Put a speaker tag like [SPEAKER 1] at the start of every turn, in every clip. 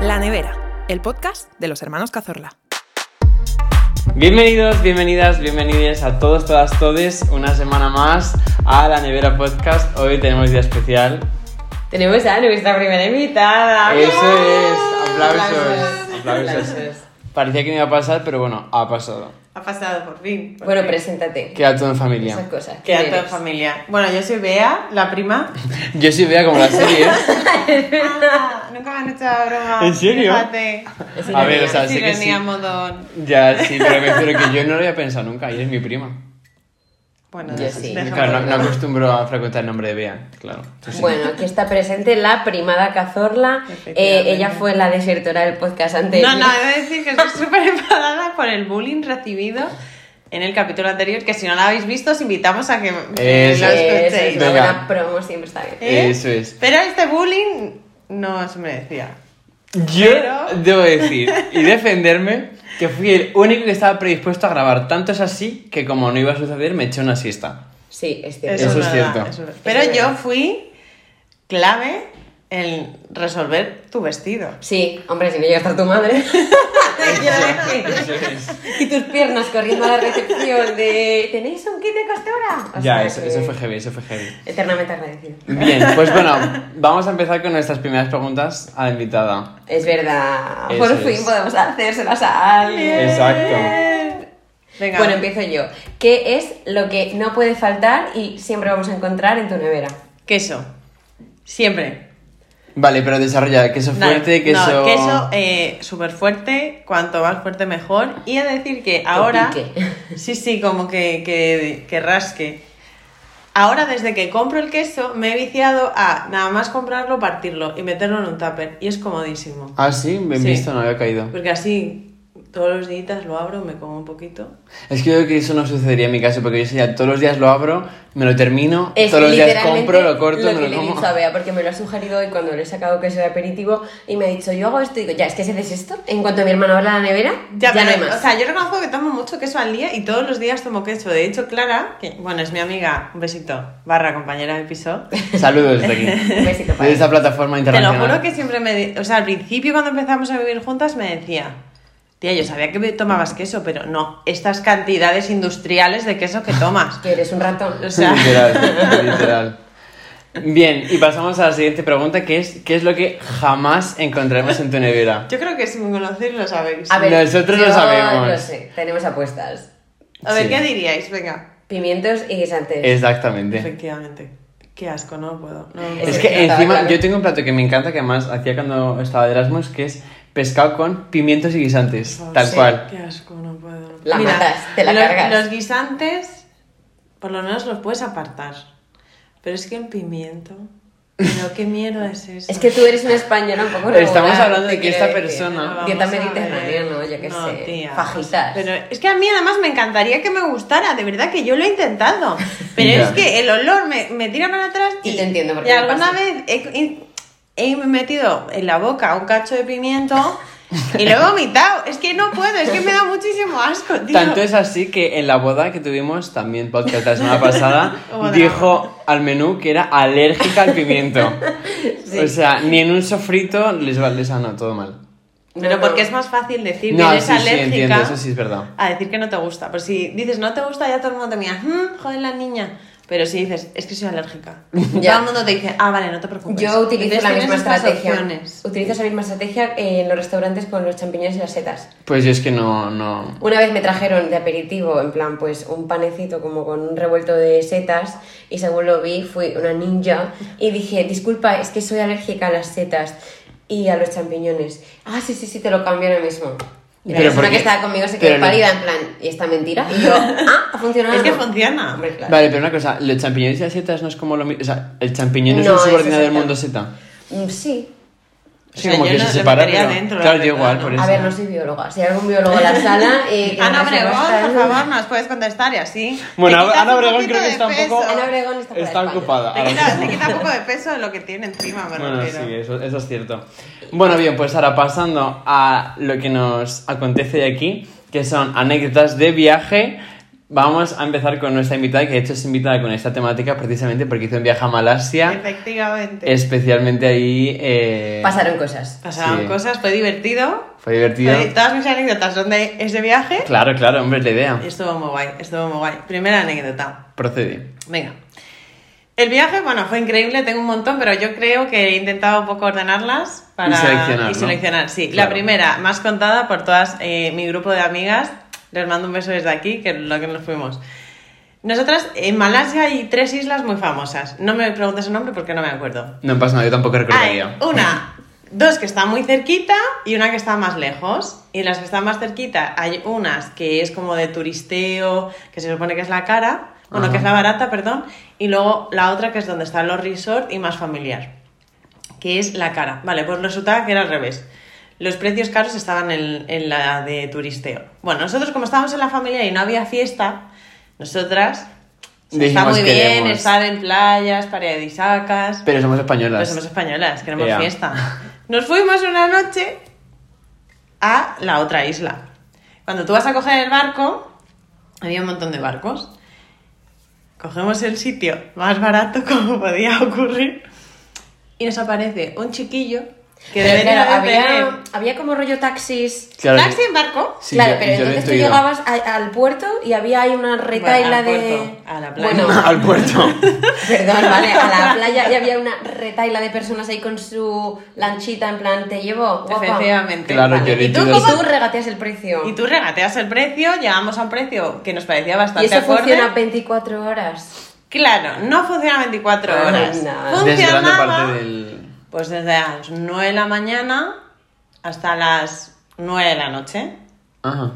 [SPEAKER 1] La Nevera, el podcast de los hermanos Cazorla.
[SPEAKER 2] Bienvenidos, bienvenidas, bienvenidos a todos, todas, todes, una semana más a La Nevera Podcast. Hoy tenemos día especial.
[SPEAKER 3] Tenemos a nuestra primera invitada.
[SPEAKER 2] Eso es, aplausos, aplausos. Parecía que no iba a pasar, pero bueno, ha pasado.
[SPEAKER 4] Ha pasado por fin. por
[SPEAKER 3] Bueno,
[SPEAKER 4] fin.
[SPEAKER 3] preséntate.
[SPEAKER 2] Queda todo en
[SPEAKER 3] Esas
[SPEAKER 2] familia.
[SPEAKER 3] cosas.
[SPEAKER 4] Queda
[SPEAKER 3] ¿Quién
[SPEAKER 4] toda
[SPEAKER 3] eres?
[SPEAKER 4] familia. Bueno, yo soy Bea, la prima.
[SPEAKER 2] Yo sí vea como la serie.
[SPEAKER 4] Ah, nunca me han hecho la broma.
[SPEAKER 2] ¿En serio?
[SPEAKER 4] Fíjate.
[SPEAKER 3] Es
[SPEAKER 2] A ver, o sea, sí que sí.
[SPEAKER 4] Sirenía modón.
[SPEAKER 2] Ya, sí, pero me refiero que yo no lo había pensado nunca y es mi prima.
[SPEAKER 4] Bueno,
[SPEAKER 3] Yo sí.
[SPEAKER 4] déjame
[SPEAKER 2] Claro, no, no
[SPEAKER 4] hablar.
[SPEAKER 2] acostumbro a frecuentar el nombre de Bea, claro. Pues sí.
[SPEAKER 3] Bueno, aquí está presente la primada Cazorla.
[SPEAKER 4] Efectivamente.
[SPEAKER 3] Eh, ella fue la desertora del podcast anterior.
[SPEAKER 4] No, no, he de decir que estoy súper enfadada por el bullying recibido en el capítulo anterior, que si no lo habéis visto, os invitamos a que que
[SPEAKER 2] Eso
[SPEAKER 4] lo
[SPEAKER 3] Eh, eso es
[SPEAKER 4] escuchéis.
[SPEAKER 3] una
[SPEAKER 2] Venga.
[SPEAKER 3] buena promo, siempre está bien.
[SPEAKER 4] ¿Eh?
[SPEAKER 2] Eso es.
[SPEAKER 4] Pero este bullying no se merecía.
[SPEAKER 2] Yo
[SPEAKER 4] Pero-
[SPEAKER 2] debo decir y defenderme que fui el único que estaba predispuesto a grabar. Tanto es así que como no iba a suceder me eché una siesta.
[SPEAKER 3] Sí, es cierto.
[SPEAKER 4] Eso,
[SPEAKER 2] Eso
[SPEAKER 4] es
[SPEAKER 2] es
[SPEAKER 4] verdad,
[SPEAKER 2] cierto.
[SPEAKER 4] eso es verdad.
[SPEAKER 3] Eso
[SPEAKER 4] Pero
[SPEAKER 3] es
[SPEAKER 4] yo
[SPEAKER 3] verdad.
[SPEAKER 4] fui clave en resolver tu vestido.
[SPEAKER 3] Sí, hombre, si no llega a estar tu madre. y tus piernas corriendo a la recepción de ¿tenéis un kit de costura? O
[SPEAKER 2] Ya,
[SPEAKER 3] sea
[SPEAKER 2] eso,
[SPEAKER 3] que-
[SPEAKER 2] eso fue heavy, eso fue heavy.
[SPEAKER 3] Eternamente agradecido.
[SPEAKER 2] Bien, pues bueno, vamos a empezar con nuestras primeras preguntas a la invitada.
[SPEAKER 3] Es verdad,
[SPEAKER 2] Eso
[SPEAKER 3] por
[SPEAKER 2] es.
[SPEAKER 3] fin podemos hacérselas a alguien.
[SPEAKER 2] Exacto.
[SPEAKER 4] Venga.
[SPEAKER 3] Bueno, empiezo yo. ¿Qué es lo que no puede faltar y siempre vamos a encontrar en tu nevera?
[SPEAKER 4] Queso. Siempre.
[SPEAKER 2] Vale, pero desarrolla queso
[SPEAKER 4] No,
[SPEAKER 2] fuerte,
[SPEAKER 4] no,
[SPEAKER 2] queso...
[SPEAKER 4] queso eh. súper fuerte, cuanto más fuerte mejor. Y he de decir que ahora...
[SPEAKER 3] pique.
[SPEAKER 4] Sí, sí, como que, que, que rasque. Ahora desde que compro el queso me he viciado a nada más comprarlo, partirlo y meterlo en un tupper. Y es comodísimo.
[SPEAKER 2] Ah, sí, bien
[SPEAKER 4] Sí.
[SPEAKER 2] visto, no había caído.
[SPEAKER 4] Porque así todos los días lo abro, me como un poquito.
[SPEAKER 2] Es que yo creo que eso no sucedería en mi caso, porque yo eso ya todos los días lo abro, me lo termino,
[SPEAKER 3] Es
[SPEAKER 2] todos los días
[SPEAKER 3] literalmente
[SPEAKER 2] compro, lo corto,
[SPEAKER 3] lo
[SPEAKER 2] me
[SPEAKER 3] que
[SPEAKER 2] lo
[SPEAKER 3] le he
[SPEAKER 2] como.
[SPEAKER 3] dicho a Bea, porque me lo ha sugerido hoy cuando le he sacado queso de aperitivo y me ha dicho, yo hago esto y digo, ya, es que si haces esto, en cuanto mi hermano abra la nevera, ya,
[SPEAKER 4] pero,
[SPEAKER 3] no hay más.
[SPEAKER 4] O sea, yo reconozco que tomo mucho queso al día y todos los días tomo queso. De hecho, Clara, que bueno, es mi amiga, un besito, barra compañera del piso.
[SPEAKER 2] Saludos desde aquí.
[SPEAKER 3] Un besito para
[SPEAKER 2] Desde esta plataforma
[SPEAKER 4] Te lo
[SPEAKER 2] internacional.
[SPEAKER 4] juro que siempre me... di- O sea, al principio cuando empezamos a vivir juntas me decía, tía, yo sabía que tomabas queso, pero no, estas cantidades industriales de queso que tomas.
[SPEAKER 3] Que eres un ratón.
[SPEAKER 4] O sea,
[SPEAKER 2] literal, literal. Bien, y pasamos a la siguiente pregunta, que es ¿qué es lo que jamás encontraremos en tu nevera?
[SPEAKER 4] yo creo que sin conocerlo sabéis.
[SPEAKER 3] a ver,
[SPEAKER 2] nosotros lo
[SPEAKER 3] yo
[SPEAKER 2] sabemos.
[SPEAKER 3] lo sé, tenemos apuestas.
[SPEAKER 4] A ver,
[SPEAKER 2] sí.
[SPEAKER 4] ¿qué diríais? Venga.
[SPEAKER 3] Pimientos y guisantes.
[SPEAKER 2] Exactamente.
[SPEAKER 4] Efectivamente. Qué asco, no puedo. No, no.
[SPEAKER 2] Es
[SPEAKER 3] Eso
[SPEAKER 2] que
[SPEAKER 3] ya estaba
[SPEAKER 2] encima
[SPEAKER 3] claro.
[SPEAKER 2] yo tengo un plato que me encanta, que además hacía cuando estaba de Erasmus, que es pescado con pimientos y guisantes,
[SPEAKER 3] Oh,
[SPEAKER 4] Por
[SPEAKER 2] tal
[SPEAKER 4] favor,
[SPEAKER 2] cual.
[SPEAKER 4] Qué asco, no puedo. no puedo.
[SPEAKER 3] La matas, te la
[SPEAKER 4] los,
[SPEAKER 3] cargas.
[SPEAKER 4] Los guisantes, por lo menos los puedes apartar. Pero es que el pimiento. Pero qué mierda es eso.
[SPEAKER 3] Es que tú eres una española un poco
[SPEAKER 2] Estamos
[SPEAKER 3] regular,
[SPEAKER 2] hablando
[SPEAKER 3] te
[SPEAKER 2] de que
[SPEAKER 3] quiero
[SPEAKER 2] esta
[SPEAKER 3] decir.
[SPEAKER 2] persona-
[SPEAKER 4] Pero
[SPEAKER 3] Dieta
[SPEAKER 4] Ah, vamos a
[SPEAKER 3] mediterránea,
[SPEAKER 4] ver.
[SPEAKER 3] ¿no? Yo qué sé.
[SPEAKER 4] tía.
[SPEAKER 3] Fajitas.
[SPEAKER 4] Pero es que a mí además me encantaría que me gustara, de verdad que yo lo he intentado. Pero
[SPEAKER 2] Ya.
[SPEAKER 4] es que el olor me, me tira para atrás y,
[SPEAKER 3] Yo te entiendo por
[SPEAKER 4] y
[SPEAKER 3] qué me
[SPEAKER 4] alguna
[SPEAKER 3] pasa.
[SPEAKER 4] vez he, he- he metido en la boca un cacho de pimiento y lo he vomitado. Es que no puedo, es que me da muchísimo asco, tío.
[SPEAKER 2] Tanto es así que en la boda que tuvimos, también podcast la semana pasada,
[SPEAKER 4] Boda.
[SPEAKER 2] dijo al menú que era alérgica al pimiento.
[SPEAKER 3] Sí.
[SPEAKER 2] O sea, ni en un sofrito les, va- les ha no, todo mal.
[SPEAKER 4] Pero porque es más fácil decir
[SPEAKER 2] no,
[SPEAKER 4] que eres
[SPEAKER 2] sí, sí,
[SPEAKER 4] alérgica
[SPEAKER 2] entiendo, eso sí es verdad.
[SPEAKER 4] a decir que no te gusta. Pero si dices no te gusta, ya todo el mundo te mira, "Mm, joder la niña. Pero si dices, es que soy alérgica,
[SPEAKER 3] Ya.
[SPEAKER 4] todo el mundo te dice, ah, vale, no te preocupes.
[SPEAKER 3] Yo utilizo
[SPEAKER 4] Entonces
[SPEAKER 3] la
[SPEAKER 4] tienes
[SPEAKER 3] misma
[SPEAKER 4] estas
[SPEAKER 3] estrategia.
[SPEAKER 4] opciones.
[SPEAKER 3] Utilizo esa misma estrategia eh, en los restaurantes con los champiñones y las setas.
[SPEAKER 2] Pues yo es que no, no.
[SPEAKER 3] Una vez me trajeron de aperitivo, en plan, pues un panecito como con un revuelto de setas y según lo vi fui una ninja y dije, disculpa, es que soy alérgica a las setas y a los champiñones. Ah, sí, sí, sí, te lo cambio ahora mismo. Y la
[SPEAKER 2] Pero
[SPEAKER 3] persona
[SPEAKER 2] porque-
[SPEAKER 3] que estaba conmigo se
[SPEAKER 2] pero
[SPEAKER 3] quedó
[SPEAKER 2] no-
[SPEAKER 3] pálida en plan, y esta mentira. Y yo, ah, ha funcionado.
[SPEAKER 4] Es que
[SPEAKER 3] ¿no?".
[SPEAKER 4] funciona.
[SPEAKER 3] Hombre, claro.
[SPEAKER 2] Vale, pero una cosa, los champiñones y las setas no es como lo mismo. O sea, el champiñón es
[SPEAKER 3] No,
[SPEAKER 2] un
[SPEAKER 3] es
[SPEAKER 2] subordinado del
[SPEAKER 3] seta.
[SPEAKER 2] mundo seta.
[SPEAKER 3] Mm, Sí,
[SPEAKER 2] Es
[SPEAKER 4] O sea,
[SPEAKER 2] como
[SPEAKER 4] yo
[SPEAKER 2] que
[SPEAKER 4] no
[SPEAKER 2] se
[SPEAKER 4] lo
[SPEAKER 2] separa.
[SPEAKER 4] metería
[SPEAKER 2] pero-
[SPEAKER 4] dentro, la
[SPEAKER 2] claro, yo
[SPEAKER 4] verdad,
[SPEAKER 2] igual,
[SPEAKER 4] ¿no?
[SPEAKER 2] por eso.
[SPEAKER 3] A ver, no soy bióloga. Si hay algún biólogo en la sala. Eh, que
[SPEAKER 4] Ana
[SPEAKER 3] nos
[SPEAKER 4] Obregón,
[SPEAKER 3] rebaja-
[SPEAKER 4] Ah, por favor, nos puedes contestar y así.
[SPEAKER 2] Bueno,
[SPEAKER 4] Te quitas
[SPEAKER 2] Ana
[SPEAKER 4] un
[SPEAKER 2] Obregón
[SPEAKER 4] poquito
[SPEAKER 2] creo que
[SPEAKER 4] de
[SPEAKER 2] está un poco.
[SPEAKER 4] peso.
[SPEAKER 3] Ana Obregón está por
[SPEAKER 2] Está
[SPEAKER 3] España.
[SPEAKER 2] ocupada.
[SPEAKER 4] Te
[SPEAKER 2] ahora
[SPEAKER 4] quita,
[SPEAKER 2] mismo.
[SPEAKER 4] te quita un poco de peso de lo que tiene encima, me
[SPEAKER 2] Bueno,
[SPEAKER 4] refiero.
[SPEAKER 2] sí, eso, eso es cierto. Bueno, bien, pues ahora pasando a lo que nos acontece de aquí, que son anécdotas de viaje, Vamos a empezar con nuestra invitada, que de hecho es invitada con esta temática precisamente porque hizo un viaje a Malasia.
[SPEAKER 4] Efectivamente.
[SPEAKER 2] Especialmente ahí. eh,
[SPEAKER 3] Pasaron cosas.
[SPEAKER 4] Pasaron
[SPEAKER 2] Sí.
[SPEAKER 4] cosas, fue divertido.
[SPEAKER 2] Fue divertido.
[SPEAKER 4] Fue- Todas mis anécdotas son de ese viaje.
[SPEAKER 2] Claro, claro, hombre, es la idea.
[SPEAKER 4] Y estuvo muy guay, estuvo muy guay. Primera anécdota.
[SPEAKER 2] Procede.
[SPEAKER 4] Venga. El viaje, bueno, fue increíble, tengo un montón, pero yo creo que he intentado un poco ordenarlas para
[SPEAKER 2] Y seleccionar,
[SPEAKER 4] y
[SPEAKER 2] ¿no?
[SPEAKER 4] seleccionar, sí. La
[SPEAKER 2] Claro.
[SPEAKER 4] primera, más contada por todas eh, mi grupo de amigas, les mando un beso desde aquí, que es lo que nos fuimos. Nosotras, en Malasia hay tres islas muy famosas. No me preguntes el nombre porque no me acuerdo.
[SPEAKER 2] No pasa nada, yo tampoco
[SPEAKER 4] Hay
[SPEAKER 2] recordaría.
[SPEAKER 4] una, dos que están muy cerquita y una que está más lejos. Y las que están más cerquita hay unas que es como de turisteo, que se supone que es la cara, bueno,
[SPEAKER 2] Ajá.
[SPEAKER 4] que es la barata, perdón, y luego la otra que es donde están los resorts y más familiar, que es la cara. Vale, pues resultaba que era al revés. Los precios caros estaban en, en la de turisteo. Bueno, nosotros como estábamos en la familia y no había fiesta, nosotras... o sea, está
[SPEAKER 2] Dijimos,
[SPEAKER 4] muy bien
[SPEAKER 2] "Queremos".
[SPEAKER 4] estar en playas, paradisacas,
[SPEAKER 2] Pero somos
[SPEAKER 4] pues
[SPEAKER 2] españolas.
[SPEAKER 4] somos españolas, queremos
[SPEAKER 2] Ea.
[SPEAKER 4] fiesta. Nos fuimos una noche a la otra isla. Cuando tú vas a coger el barco, había un montón de barcos. Cogemos el sitio más barato como podía ocurrir y nos aparece un chiquillo que
[SPEAKER 3] Pero
[SPEAKER 4] debería
[SPEAKER 3] claro,
[SPEAKER 4] de tener
[SPEAKER 3] había, había como rollo taxis.
[SPEAKER 2] Claro,
[SPEAKER 4] taxi en barco.
[SPEAKER 2] Sí,
[SPEAKER 3] claro,
[SPEAKER 2] yo-
[SPEAKER 3] pero
[SPEAKER 2] yo lo he
[SPEAKER 3] entonces tú
[SPEAKER 2] intuido.
[SPEAKER 3] llegabas a- al puerto y había ahí una retaila
[SPEAKER 4] Bueno, al
[SPEAKER 3] de.
[SPEAKER 4] puerto, a la playa.
[SPEAKER 3] Bueno,
[SPEAKER 2] Al puerto.
[SPEAKER 3] perdón, vale, a la playa y había una retaila de personas ahí con su lanchita en plan, te llevo. guapa.
[SPEAKER 4] Efectivamente.
[SPEAKER 2] Claro,
[SPEAKER 4] Vale.
[SPEAKER 2] yo lo
[SPEAKER 4] ¿Y tú
[SPEAKER 2] entiendo.
[SPEAKER 3] Y
[SPEAKER 4] cómo-
[SPEAKER 3] tú regateas el precio.
[SPEAKER 4] Y tú regateas el precio, llegamos a un precio que nos parecía
[SPEAKER 3] Y
[SPEAKER 4] bastante
[SPEAKER 3] eso
[SPEAKER 4] acorde.
[SPEAKER 3] funciona 24 horas.
[SPEAKER 4] Claro, no funciona 24
[SPEAKER 3] Ay, no.
[SPEAKER 4] horas.
[SPEAKER 2] Desgrando
[SPEAKER 4] Funcionaba
[SPEAKER 2] parte del.
[SPEAKER 4] Pues desde las 9 de la mañana hasta las 9 de la noche.
[SPEAKER 2] Ajá.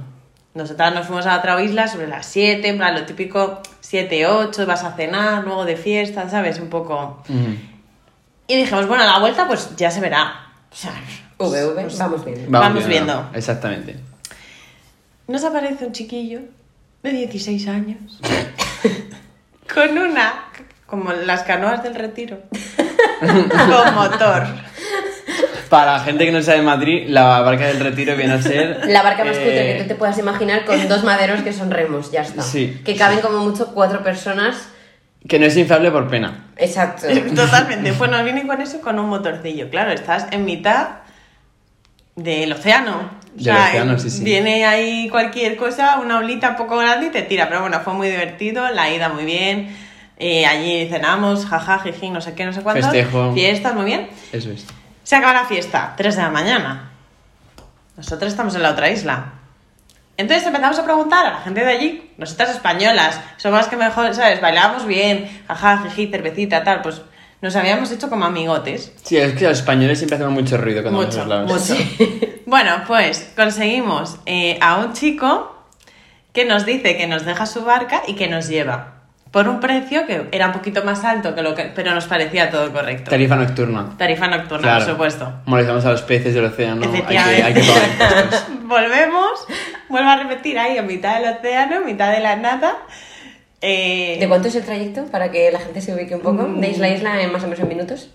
[SPEAKER 4] Nosotras nos fuimos a la otra isla sobre las 7, en plan lo típico 7, 8, vas a cenar, luego de fiesta, ¿sabes? Un poco.
[SPEAKER 2] Ujú.
[SPEAKER 4] Y dijimos, bueno, a la vuelta pues ya se verá. O sea,
[SPEAKER 3] VV, vamos bien.
[SPEAKER 4] Vamos viendo.
[SPEAKER 2] Exactamente.
[SPEAKER 4] nos aparece un chiquillo de 16 años con una, como las canoas del retiro, con motor.
[SPEAKER 2] Para la gente que no sabe Madrid, la barca del retiro viene a ser.
[SPEAKER 3] La barca más
[SPEAKER 2] eh,
[SPEAKER 3] cutre que tú te puedas imaginar con dos maderos que son remos, ya está.
[SPEAKER 2] Sí,
[SPEAKER 3] que caben como mucho cuatro personas.
[SPEAKER 2] que no es inflable por pena.
[SPEAKER 3] Exacto.
[SPEAKER 4] Totalmente. Pues nos vienen con eso, con un motorcillo. Claro, estás en mitad del océano.
[SPEAKER 2] Del océano, sí, sí.
[SPEAKER 4] Viene ahí cualquier cosa, una olita un poco grande y te tira. Pero bueno, fue muy divertido, la ida muy bien. eh, allí cenamos, jaja, jiji, no sé qué, no sé cuánto.
[SPEAKER 2] Festejo.
[SPEAKER 4] Fiestas, muy bien.
[SPEAKER 2] Eso es.
[SPEAKER 4] Se acaba la fiesta, 3 de la mañana. Nosotros estamos en la otra isla. Entonces empezamos a preguntar a la gente de allí, nosotras españolas, somos las que mejor, ¿sabes? Bailábamos bien, jaja, jiji, cervecita, tal, pues nos habíamos hecho como amigotes.
[SPEAKER 2] Sí, es que los españoles siempre hacemos mucho ruido cuando vamos a
[SPEAKER 4] Mucho,
[SPEAKER 2] los lados.
[SPEAKER 4] mucho. Bueno, pues conseguimos eh, a un chico que nos dice que nos deja su barca y que nos lleva. Por un precio que era un poquito más alto que lo que... pero nos parecía todo correcto.
[SPEAKER 2] Tarifa nocturna.
[SPEAKER 4] Tarifa nocturna,
[SPEAKER 2] Claro.
[SPEAKER 4] por supuesto.
[SPEAKER 2] Molestamos a los peces del océano. Hay que,
[SPEAKER 4] Efectivamente.
[SPEAKER 2] hay que pagar impuestos.
[SPEAKER 4] Volvemos, vuelvo a repetir ahí, en mitad del océano, en mitad de la nada. eh,
[SPEAKER 3] ¿De cuánto es el trayecto para que la gente se ubique un poco?
[SPEAKER 4] mm.
[SPEAKER 3] De isla a isla en más o menos en minutos.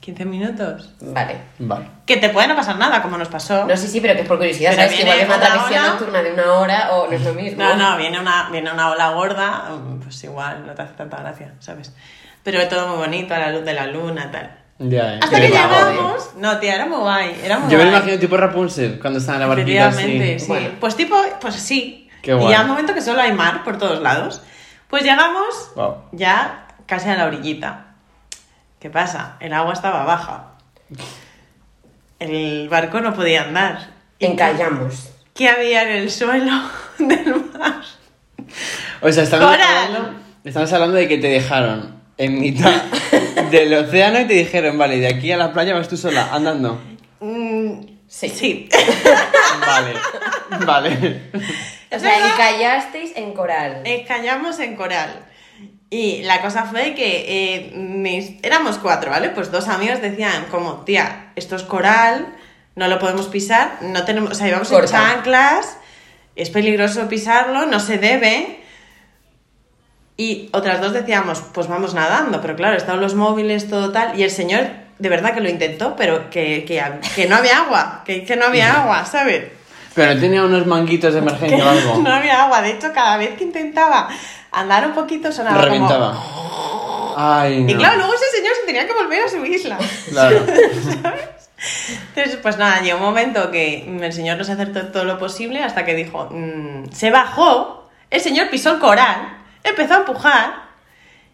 [SPEAKER 4] 15 minutos.
[SPEAKER 3] Vale.
[SPEAKER 2] Vale.
[SPEAKER 4] Que te puede no pasar nada, como nos pasó.
[SPEAKER 3] No, sí, sí, pero que es por curiosidad,
[SPEAKER 4] Pero
[SPEAKER 3] ¿sabes? Que igual
[SPEAKER 4] viene
[SPEAKER 3] es una
[SPEAKER 4] otra
[SPEAKER 3] travesía
[SPEAKER 4] ola.
[SPEAKER 3] nocturna de una hora o no es lo mismo.
[SPEAKER 4] No, no, viene una, viene una ola gorda, mm, pues igual, no te hace tanta gracia, ¿sabes? Pero todo muy bonito, a la luz de la luna, tal.
[SPEAKER 2] Ya, eh.
[SPEAKER 4] Hasta
[SPEAKER 2] Qué
[SPEAKER 4] que
[SPEAKER 2] guay.
[SPEAKER 3] eh.
[SPEAKER 4] llegamos. No, tía, era muy guay. Era muy
[SPEAKER 2] Yo me lo
[SPEAKER 4] guay.
[SPEAKER 2] imagino tipo Rapunzel cuando están en la barquita.
[SPEAKER 4] Efectivamente,
[SPEAKER 2] así.
[SPEAKER 4] sí.
[SPEAKER 3] Bueno.
[SPEAKER 4] Pues tipo, pues sí.
[SPEAKER 2] Qué
[SPEAKER 4] Y
[SPEAKER 2] guay.
[SPEAKER 4] ya un momento que solo hay mar por todos lados. Pues llegamos
[SPEAKER 2] Wow.
[SPEAKER 4] ya casi a la orillita. ¿Qué pasa? El agua estaba baja. El barco no podía andar.
[SPEAKER 3] Encallamos.
[SPEAKER 4] ¿Qué había en el suelo del mar?
[SPEAKER 2] O sea, estamos
[SPEAKER 4] Coral.
[SPEAKER 2] hablando, estamos hablando de que te dejaron en mitad del océano y te dijeron, vale, de aquí a la playa vas tú sola, andando.
[SPEAKER 4] Mm,
[SPEAKER 3] Sí.
[SPEAKER 4] sí.
[SPEAKER 2] Vale, vale.
[SPEAKER 3] O sea, y callasteis en coral.
[SPEAKER 4] Eh, Escañamos en coral. Y la cosa fue que eh, mis... éramos cuatro, ¿vale? Pues dos amigos decían como, tía, esto es coral, no lo podemos pisar, no tenemos, o sea, íbamos en
[SPEAKER 3] Corta.
[SPEAKER 4] chanclas, es peligroso pisarlo, no se debe. Y otras dos decíamos, pues vamos nadando, pero claro, estaban los móviles, todo tal, y el señor de verdad que lo intentó, pero que, que, que no había agua, que, que no había agua, ¿sabes?
[SPEAKER 2] Pero no tenía unos manguitos de
[SPEAKER 4] que
[SPEAKER 2] emergencia o algo.
[SPEAKER 4] no había agua. De hecho, cada vez que intentaba andar un poquito sonaba
[SPEAKER 2] reventaba.
[SPEAKER 4] como...
[SPEAKER 2] Ay, no.
[SPEAKER 4] Y claro, luego ese señor se tenía que volver a subirla.
[SPEAKER 2] Claro.
[SPEAKER 4] Entonces, pues nada, llegó un momento que el señor nos acertó todo lo posible hasta que dijo, mm, se bajó, el señor pisó el coral, empezó a empujar,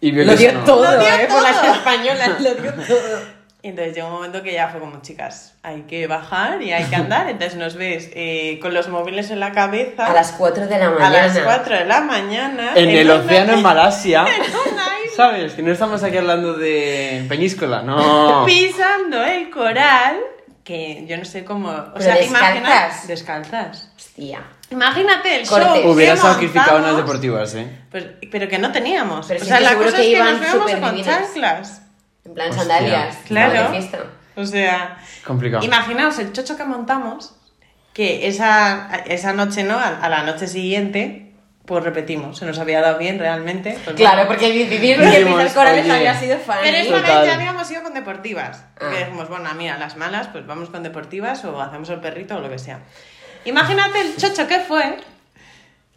[SPEAKER 2] Y vio
[SPEAKER 3] Lo
[SPEAKER 2] que
[SPEAKER 3] dio
[SPEAKER 2] eso no.
[SPEAKER 3] todo,
[SPEAKER 4] Lo dio
[SPEAKER 3] ¿eh? Por las
[SPEAKER 4] todo.
[SPEAKER 3] españolas, lo dio todo.
[SPEAKER 4] y entonces llegó un momento que ya fue como, chicas, hay que bajar y hay que andar, entonces nos ves eh, con los móviles en la cabeza
[SPEAKER 3] A las 4 de la
[SPEAKER 4] a
[SPEAKER 3] mañana.
[SPEAKER 4] las 4 de la mañana.
[SPEAKER 2] En el
[SPEAKER 4] una-
[SPEAKER 2] océano en Malasia.
[SPEAKER 4] en una isla,
[SPEAKER 2] ¿Sabes? Que no estamos aquí hablando de Peñíscola, no.
[SPEAKER 4] pisando el coral, que yo no sé cómo... O
[SPEAKER 3] Pero
[SPEAKER 4] sea, imagina...
[SPEAKER 3] descalzas.
[SPEAKER 4] Descalzas.
[SPEAKER 3] Hostia.
[SPEAKER 4] Imagínate el
[SPEAKER 3] Cortes.
[SPEAKER 4] show. que
[SPEAKER 2] Hubiera sacrificado
[SPEAKER 4] montamos.
[SPEAKER 2] unas deportivas, ¿eh?
[SPEAKER 4] Pues, pero que no teníamos.
[SPEAKER 3] Pero
[SPEAKER 4] o
[SPEAKER 3] sí
[SPEAKER 4] sea,
[SPEAKER 3] que
[SPEAKER 4] la
[SPEAKER 3] seguro
[SPEAKER 4] cosa
[SPEAKER 3] que
[SPEAKER 4] es que
[SPEAKER 3] iban
[SPEAKER 4] nos fuimos con
[SPEAKER 3] supervividas.
[SPEAKER 4] chanclas.
[SPEAKER 3] En plan
[SPEAKER 2] Hostia.
[SPEAKER 3] sandalias.
[SPEAKER 4] Claro.
[SPEAKER 3] para de fiesta.
[SPEAKER 4] O sea,
[SPEAKER 2] Complicado.
[SPEAKER 4] imaginaos el chocho que montamos, que esa, esa noche, ¿no? A, a la noche siguiente, pues repetimos, se nos había dado bien realmente. pues
[SPEAKER 3] Claro,
[SPEAKER 4] bueno.
[SPEAKER 3] porque el vivir
[SPEAKER 2] Dijimos,
[SPEAKER 3] que pisa el Corales
[SPEAKER 2] oye.
[SPEAKER 3] había sido fan.
[SPEAKER 4] Pero esta
[SPEAKER 2] Total.
[SPEAKER 4] vez ya habíamos ido con deportivas. Porque
[SPEAKER 3] Ah.
[SPEAKER 4] dijimos, bueno, mira, las malas, pues vamos con deportivas o hacemos el perrito o lo que sea. Imagínate el chocho que fue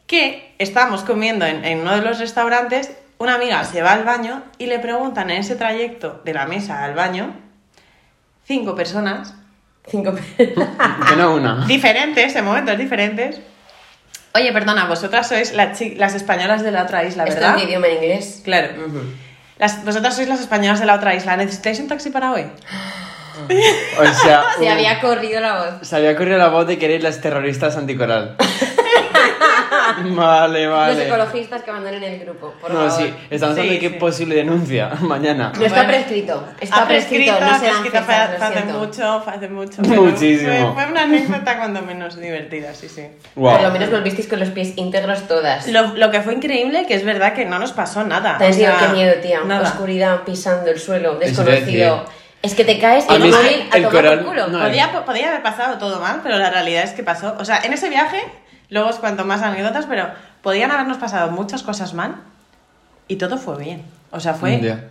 [SPEAKER 4] que estábamos comiendo en, en uno de los restaurantes, una amiga se va al baño y le preguntan en ese trayecto de la mesa al baño, cinco personas,
[SPEAKER 3] Cinco pe-
[SPEAKER 2] Que no una.
[SPEAKER 4] diferentes, en momentos diferentes, oye, perdona, vosotras sois la chi- las españolas de la otra isla,
[SPEAKER 3] Esto
[SPEAKER 4] ¿verdad?
[SPEAKER 3] es de idioma en inglés.
[SPEAKER 4] Claro. Las- vosotras sois las españolas de la otra isla, ¿necesitáis un taxi para hoy?
[SPEAKER 2] O sea,
[SPEAKER 3] Se
[SPEAKER 2] un-
[SPEAKER 3] había corrido la voz.
[SPEAKER 2] se había corrido la voz de que erais las terroristas anticoral. vale, vale.
[SPEAKER 3] Los ecologistas que abandonen el grupo, por
[SPEAKER 2] no,
[SPEAKER 3] favor.
[SPEAKER 2] sí, estamos hablando de
[SPEAKER 4] Sí,
[SPEAKER 2] qué
[SPEAKER 4] sí.
[SPEAKER 2] posible denuncia mañana.
[SPEAKER 3] No está
[SPEAKER 4] Bueno.
[SPEAKER 3] prescrito. Está
[SPEAKER 4] Ha
[SPEAKER 3] prescrito, no
[SPEAKER 4] ha
[SPEAKER 3] se dan
[SPEAKER 4] prescrito, fue
[SPEAKER 3] fechas,
[SPEAKER 4] hace
[SPEAKER 3] lo siento.
[SPEAKER 4] mucho, fue hace mucho.
[SPEAKER 2] Muchísimo.
[SPEAKER 4] pero Fue, fue una anécdota cuando menos divertida, sí, sí.
[SPEAKER 2] Guau.
[SPEAKER 3] Por lo menos volvisteis con los pies íntegros todas.
[SPEAKER 4] Lo, lo que fue increíble, que es verdad que no nos pasó nada.
[SPEAKER 3] Te
[SPEAKER 4] o
[SPEAKER 3] has dicho,
[SPEAKER 4] sea,
[SPEAKER 3] qué miedo, tía.
[SPEAKER 4] nada.
[SPEAKER 3] Oscuridad pisando el suelo,
[SPEAKER 2] Es
[SPEAKER 3] desconocido.
[SPEAKER 2] decir,
[SPEAKER 3] Es que te caes
[SPEAKER 2] a
[SPEAKER 3] y el
[SPEAKER 2] mí es que
[SPEAKER 3] móvil a
[SPEAKER 2] el
[SPEAKER 3] tomar
[SPEAKER 2] coral-
[SPEAKER 3] por culo.
[SPEAKER 2] no,
[SPEAKER 4] Podía, po- podía haber pasado todo mal, pero la realidad es que pasó. O sea, en ese viaje, luego os cuento más anécdotas, pero podían habernos pasado muchas cosas mal y todo fue bien. O sea, fue.
[SPEAKER 2] Ya.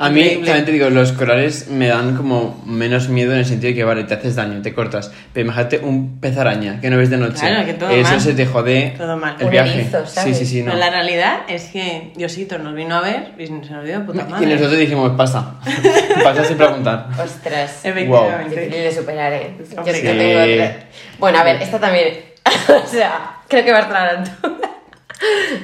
[SPEAKER 2] A mí,
[SPEAKER 4] Increíble.
[SPEAKER 2] también te digo, los corales me dan como menos miedo en el sentido de que, vale, te haces daño, te cortas. Pero imagínate un pez araña que no ves de noche.
[SPEAKER 4] Claro, que todo
[SPEAKER 2] Eso
[SPEAKER 4] mal.
[SPEAKER 2] se te jode
[SPEAKER 4] Todo mal.
[SPEAKER 2] el
[SPEAKER 3] Un
[SPEAKER 2] viaje.
[SPEAKER 3] erizo,
[SPEAKER 2] sí,
[SPEAKER 3] ¿sabes?
[SPEAKER 2] sí, sí, no.
[SPEAKER 4] Pero la realidad es que Diosito nos vino a ver y se nos dio de puta
[SPEAKER 2] Y
[SPEAKER 4] madre.
[SPEAKER 2] nosotros dijimos, pasa. pasa sin preguntar.
[SPEAKER 3] Ostras.
[SPEAKER 4] Efectivamente.
[SPEAKER 3] Difícil de superar, ¿eh? Yo es que
[SPEAKER 4] Sí.
[SPEAKER 3] tengo otra. Bueno, a ver, esta también. o sea, creo que va a estar a la altura.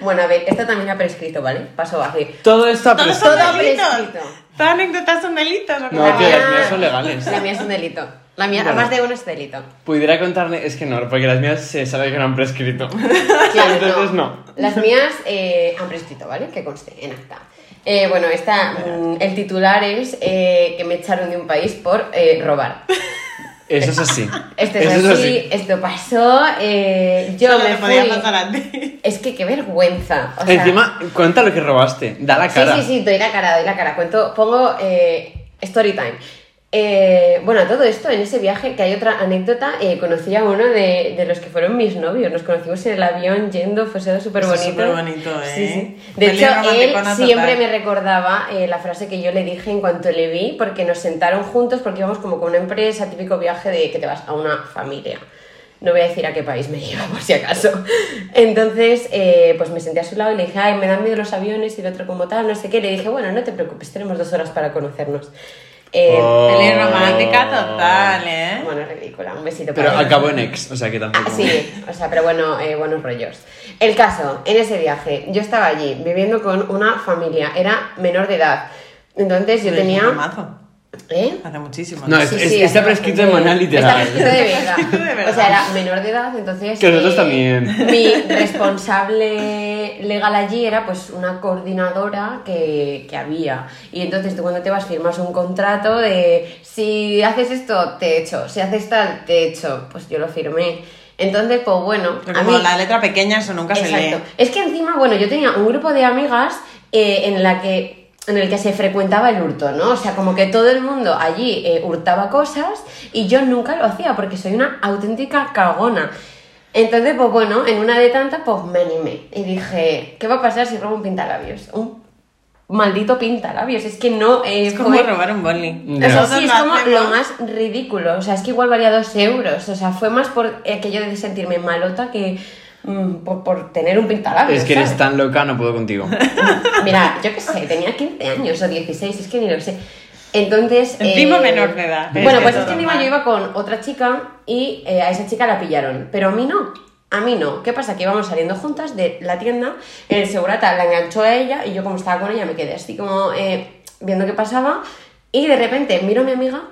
[SPEAKER 3] bueno, a ver, esta también ha prescrito, ¿vale? Paso así.
[SPEAKER 2] Todo está
[SPEAKER 4] Todos
[SPEAKER 2] prescrito.
[SPEAKER 4] son
[SPEAKER 3] Todo
[SPEAKER 4] delitos.
[SPEAKER 3] prescrito.
[SPEAKER 4] Todas anécdotas son delitos. ¿o
[SPEAKER 2] No,
[SPEAKER 4] cómo
[SPEAKER 2] tío,
[SPEAKER 4] va?
[SPEAKER 2] las mías son legales.
[SPEAKER 3] Ah. La mía es un delito. La mía,
[SPEAKER 2] Bueno.
[SPEAKER 3] más de uno es delito.
[SPEAKER 2] Pudiera contarle, es que no, porque las mías se sabe que no han prescrito.
[SPEAKER 3] Claro,
[SPEAKER 2] Entonces no.
[SPEAKER 3] Las mías eh, han prescrito, ¿vale? Que conste en acta. Eh, bueno, esta, mm, el titular es eh, que me echaron de un país por eh, robar.
[SPEAKER 2] Eso es así.
[SPEAKER 3] Este es
[SPEAKER 2] Eso
[SPEAKER 3] así, esto pasó, eh, yo
[SPEAKER 4] Solo
[SPEAKER 3] me
[SPEAKER 4] te podía
[SPEAKER 3] fui.
[SPEAKER 4] pasar a ti.
[SPEAKER 3] Es que qué vergüenza. o sea-
[SPEAKER 2] Encima, cuenta lo que robaste. Da la cara.
[SPEAKER 3] Sí, sí, sí, doy la cara, doy la cara. Cuento, pongo eh, story time. Eh, bueno, a todo esto, en ese viaje, que hay otra anécdota, eh, conocí a uno de, de los que fueron mis novios. Nos conocimos en el avión yendo, fue súper bonito.
[SPEAKER 4] Eso es superbonito, ¿eh?
[SPEAKER 3] De
[SPEAKER 4] Peli
[SPEAKER 3] hecho, él
[SPEAKER 4] romanticona
[SPEAKER 3] siempre
[SPEAKER 4] total.
[SPEAKER 3] me recordaba eh, la frase que yo le dije en cuanto le vi, porque nos sentaron juntos, porque íbamos como con una empresa, típico viaje de que te vas a una familia. No voy a decir a qué país me iba, por si acaso. Entonces, eh, pues me senté a su lado y le dije, ay, me dan miedo los aviones y el otro como tal, no sé qué. Le dije, bueno, no te preocupes, tenemos dos horas para conocernos. Eh,
[SPEAKER 2] Oh.
[SPEAKER 4] Peli romántica total, ¿eh?
[SPEAKER 3] Bueno, ridícula, un besito
[SPEAKER 2] Pero
[SPEAKER 3] para él.
[SPEAKER 2] acabó en ex, o sea que tampoco.
[SPEAKER 3] Ah, Sí, o sea, pero bueno, eh, buenos rollos. El caso, en ese viaje, yo estaba allí viviendo con una familia, era menor de edad. Entonces yo
[SPEAKER 4] Lo dijiste
[SPEAKER 3] tenía.
[SPEAKER 4] mazo,
[SPEAKER 3] ¿Eh?
[SPEAKER 4] Hace muchísimo.
[SPEAKER 2] No, es-
[SPEAKER 3] Sí, sí,
[SPEAKER 2] está
[SPEAKER 3] hace
[SPEAKER 2] prescrito
[SPEAKER 3] bastante-
[SPEAKER 2] de manera literal.
[SPEAKER 3] Está prescrito de verdad.
[SPEAKER 4] Prescrito de verdad.
[SPEAKER 3] O sea, era menor de edad, entonces.
[SPEAKER 2] Que nosotros también.
[SPEAKER 3] Mi responsable legal allí era pues una coordinadora que, que había. Y entonces tú cuando te vas firmas un contrato de si haces esto, te echo. Si haces tal, te echo. Pues yo lo firmé. Entonces, pues bueno.
[SPEAKER 4] Pero
[SPEAKER 3] a
[SPEAKER 4] como
[SPEAKER 3] mí-
[SPEAKER 4] la letra pequeña, eso nunca se
[SPEAKER 3] Exacto.
[SPEAKER 4] lee.
[SPEAKER 3] Es que encima, bueno, yo tenía un grupo de amigas eh, en la que en el que se frecuentaba el hurto, ¿no? O sea, como que todo el mundo allí eh, hurtaba cosas y yo nunca lo hacía porque soy una auténtica cagona. Entonces, pues bueno, en una de tantas, pues me animé y dije, ¿qué va a pasar si robo un pintalabios? Un maldito pintalabios. Es que no. eh,
[SPEAKER 4] Es como
[SPEAKER 3] joder.
[SPEAKER 4] robar un boli.
[SPEAKER 2] Ya.
[SPEAKER 3] O sea,
[SPEAKER 4] Todos
[SPEAKER 3] sí, es
[SPEAKER 4] lo
[SPEAKER 3] como
[SPEAKER 4] hacemos.
[SPEAKER 3] lo más ridículo. O sea, es que igual valía dos euros. O sea, fue más por aquello de sentirme malota que mm, por, por tener un pintalabios.
[SPEAKER 2] Es que eres
[SPEAKER 3] Ah, ¿sabes?
[SPEAKER 2] tan loca, no puedo contigo.
[SPEAKER 3] Mira, yo qué sé, tenía 15 años o 16, es que ni lo sé. Entonces. eh,
[SPEAKER 4] Encima menor de edad,
[SPEAKER 3] Bueno,
[SPEAKER 4] es
[SPEAKER 3] pues
[SPEAKER 4] que
[SPEAKER 3] es que
[SPEAKER 4] todo
[SPEAKER 3] encima
[SPEAKER 4] mal.
[SPEAKER 3] yo iba con otra chica y eh, a esa chica la pillaron, pero a mí no. A mí no. ¿Qué pasa? Que íbamos saliendo juntas de la tienda, el segurata la enganchó a ella y yo, como estaba con ella, me quedé así como eh, viendo qué pasaba. Y de repente miro a mi amiga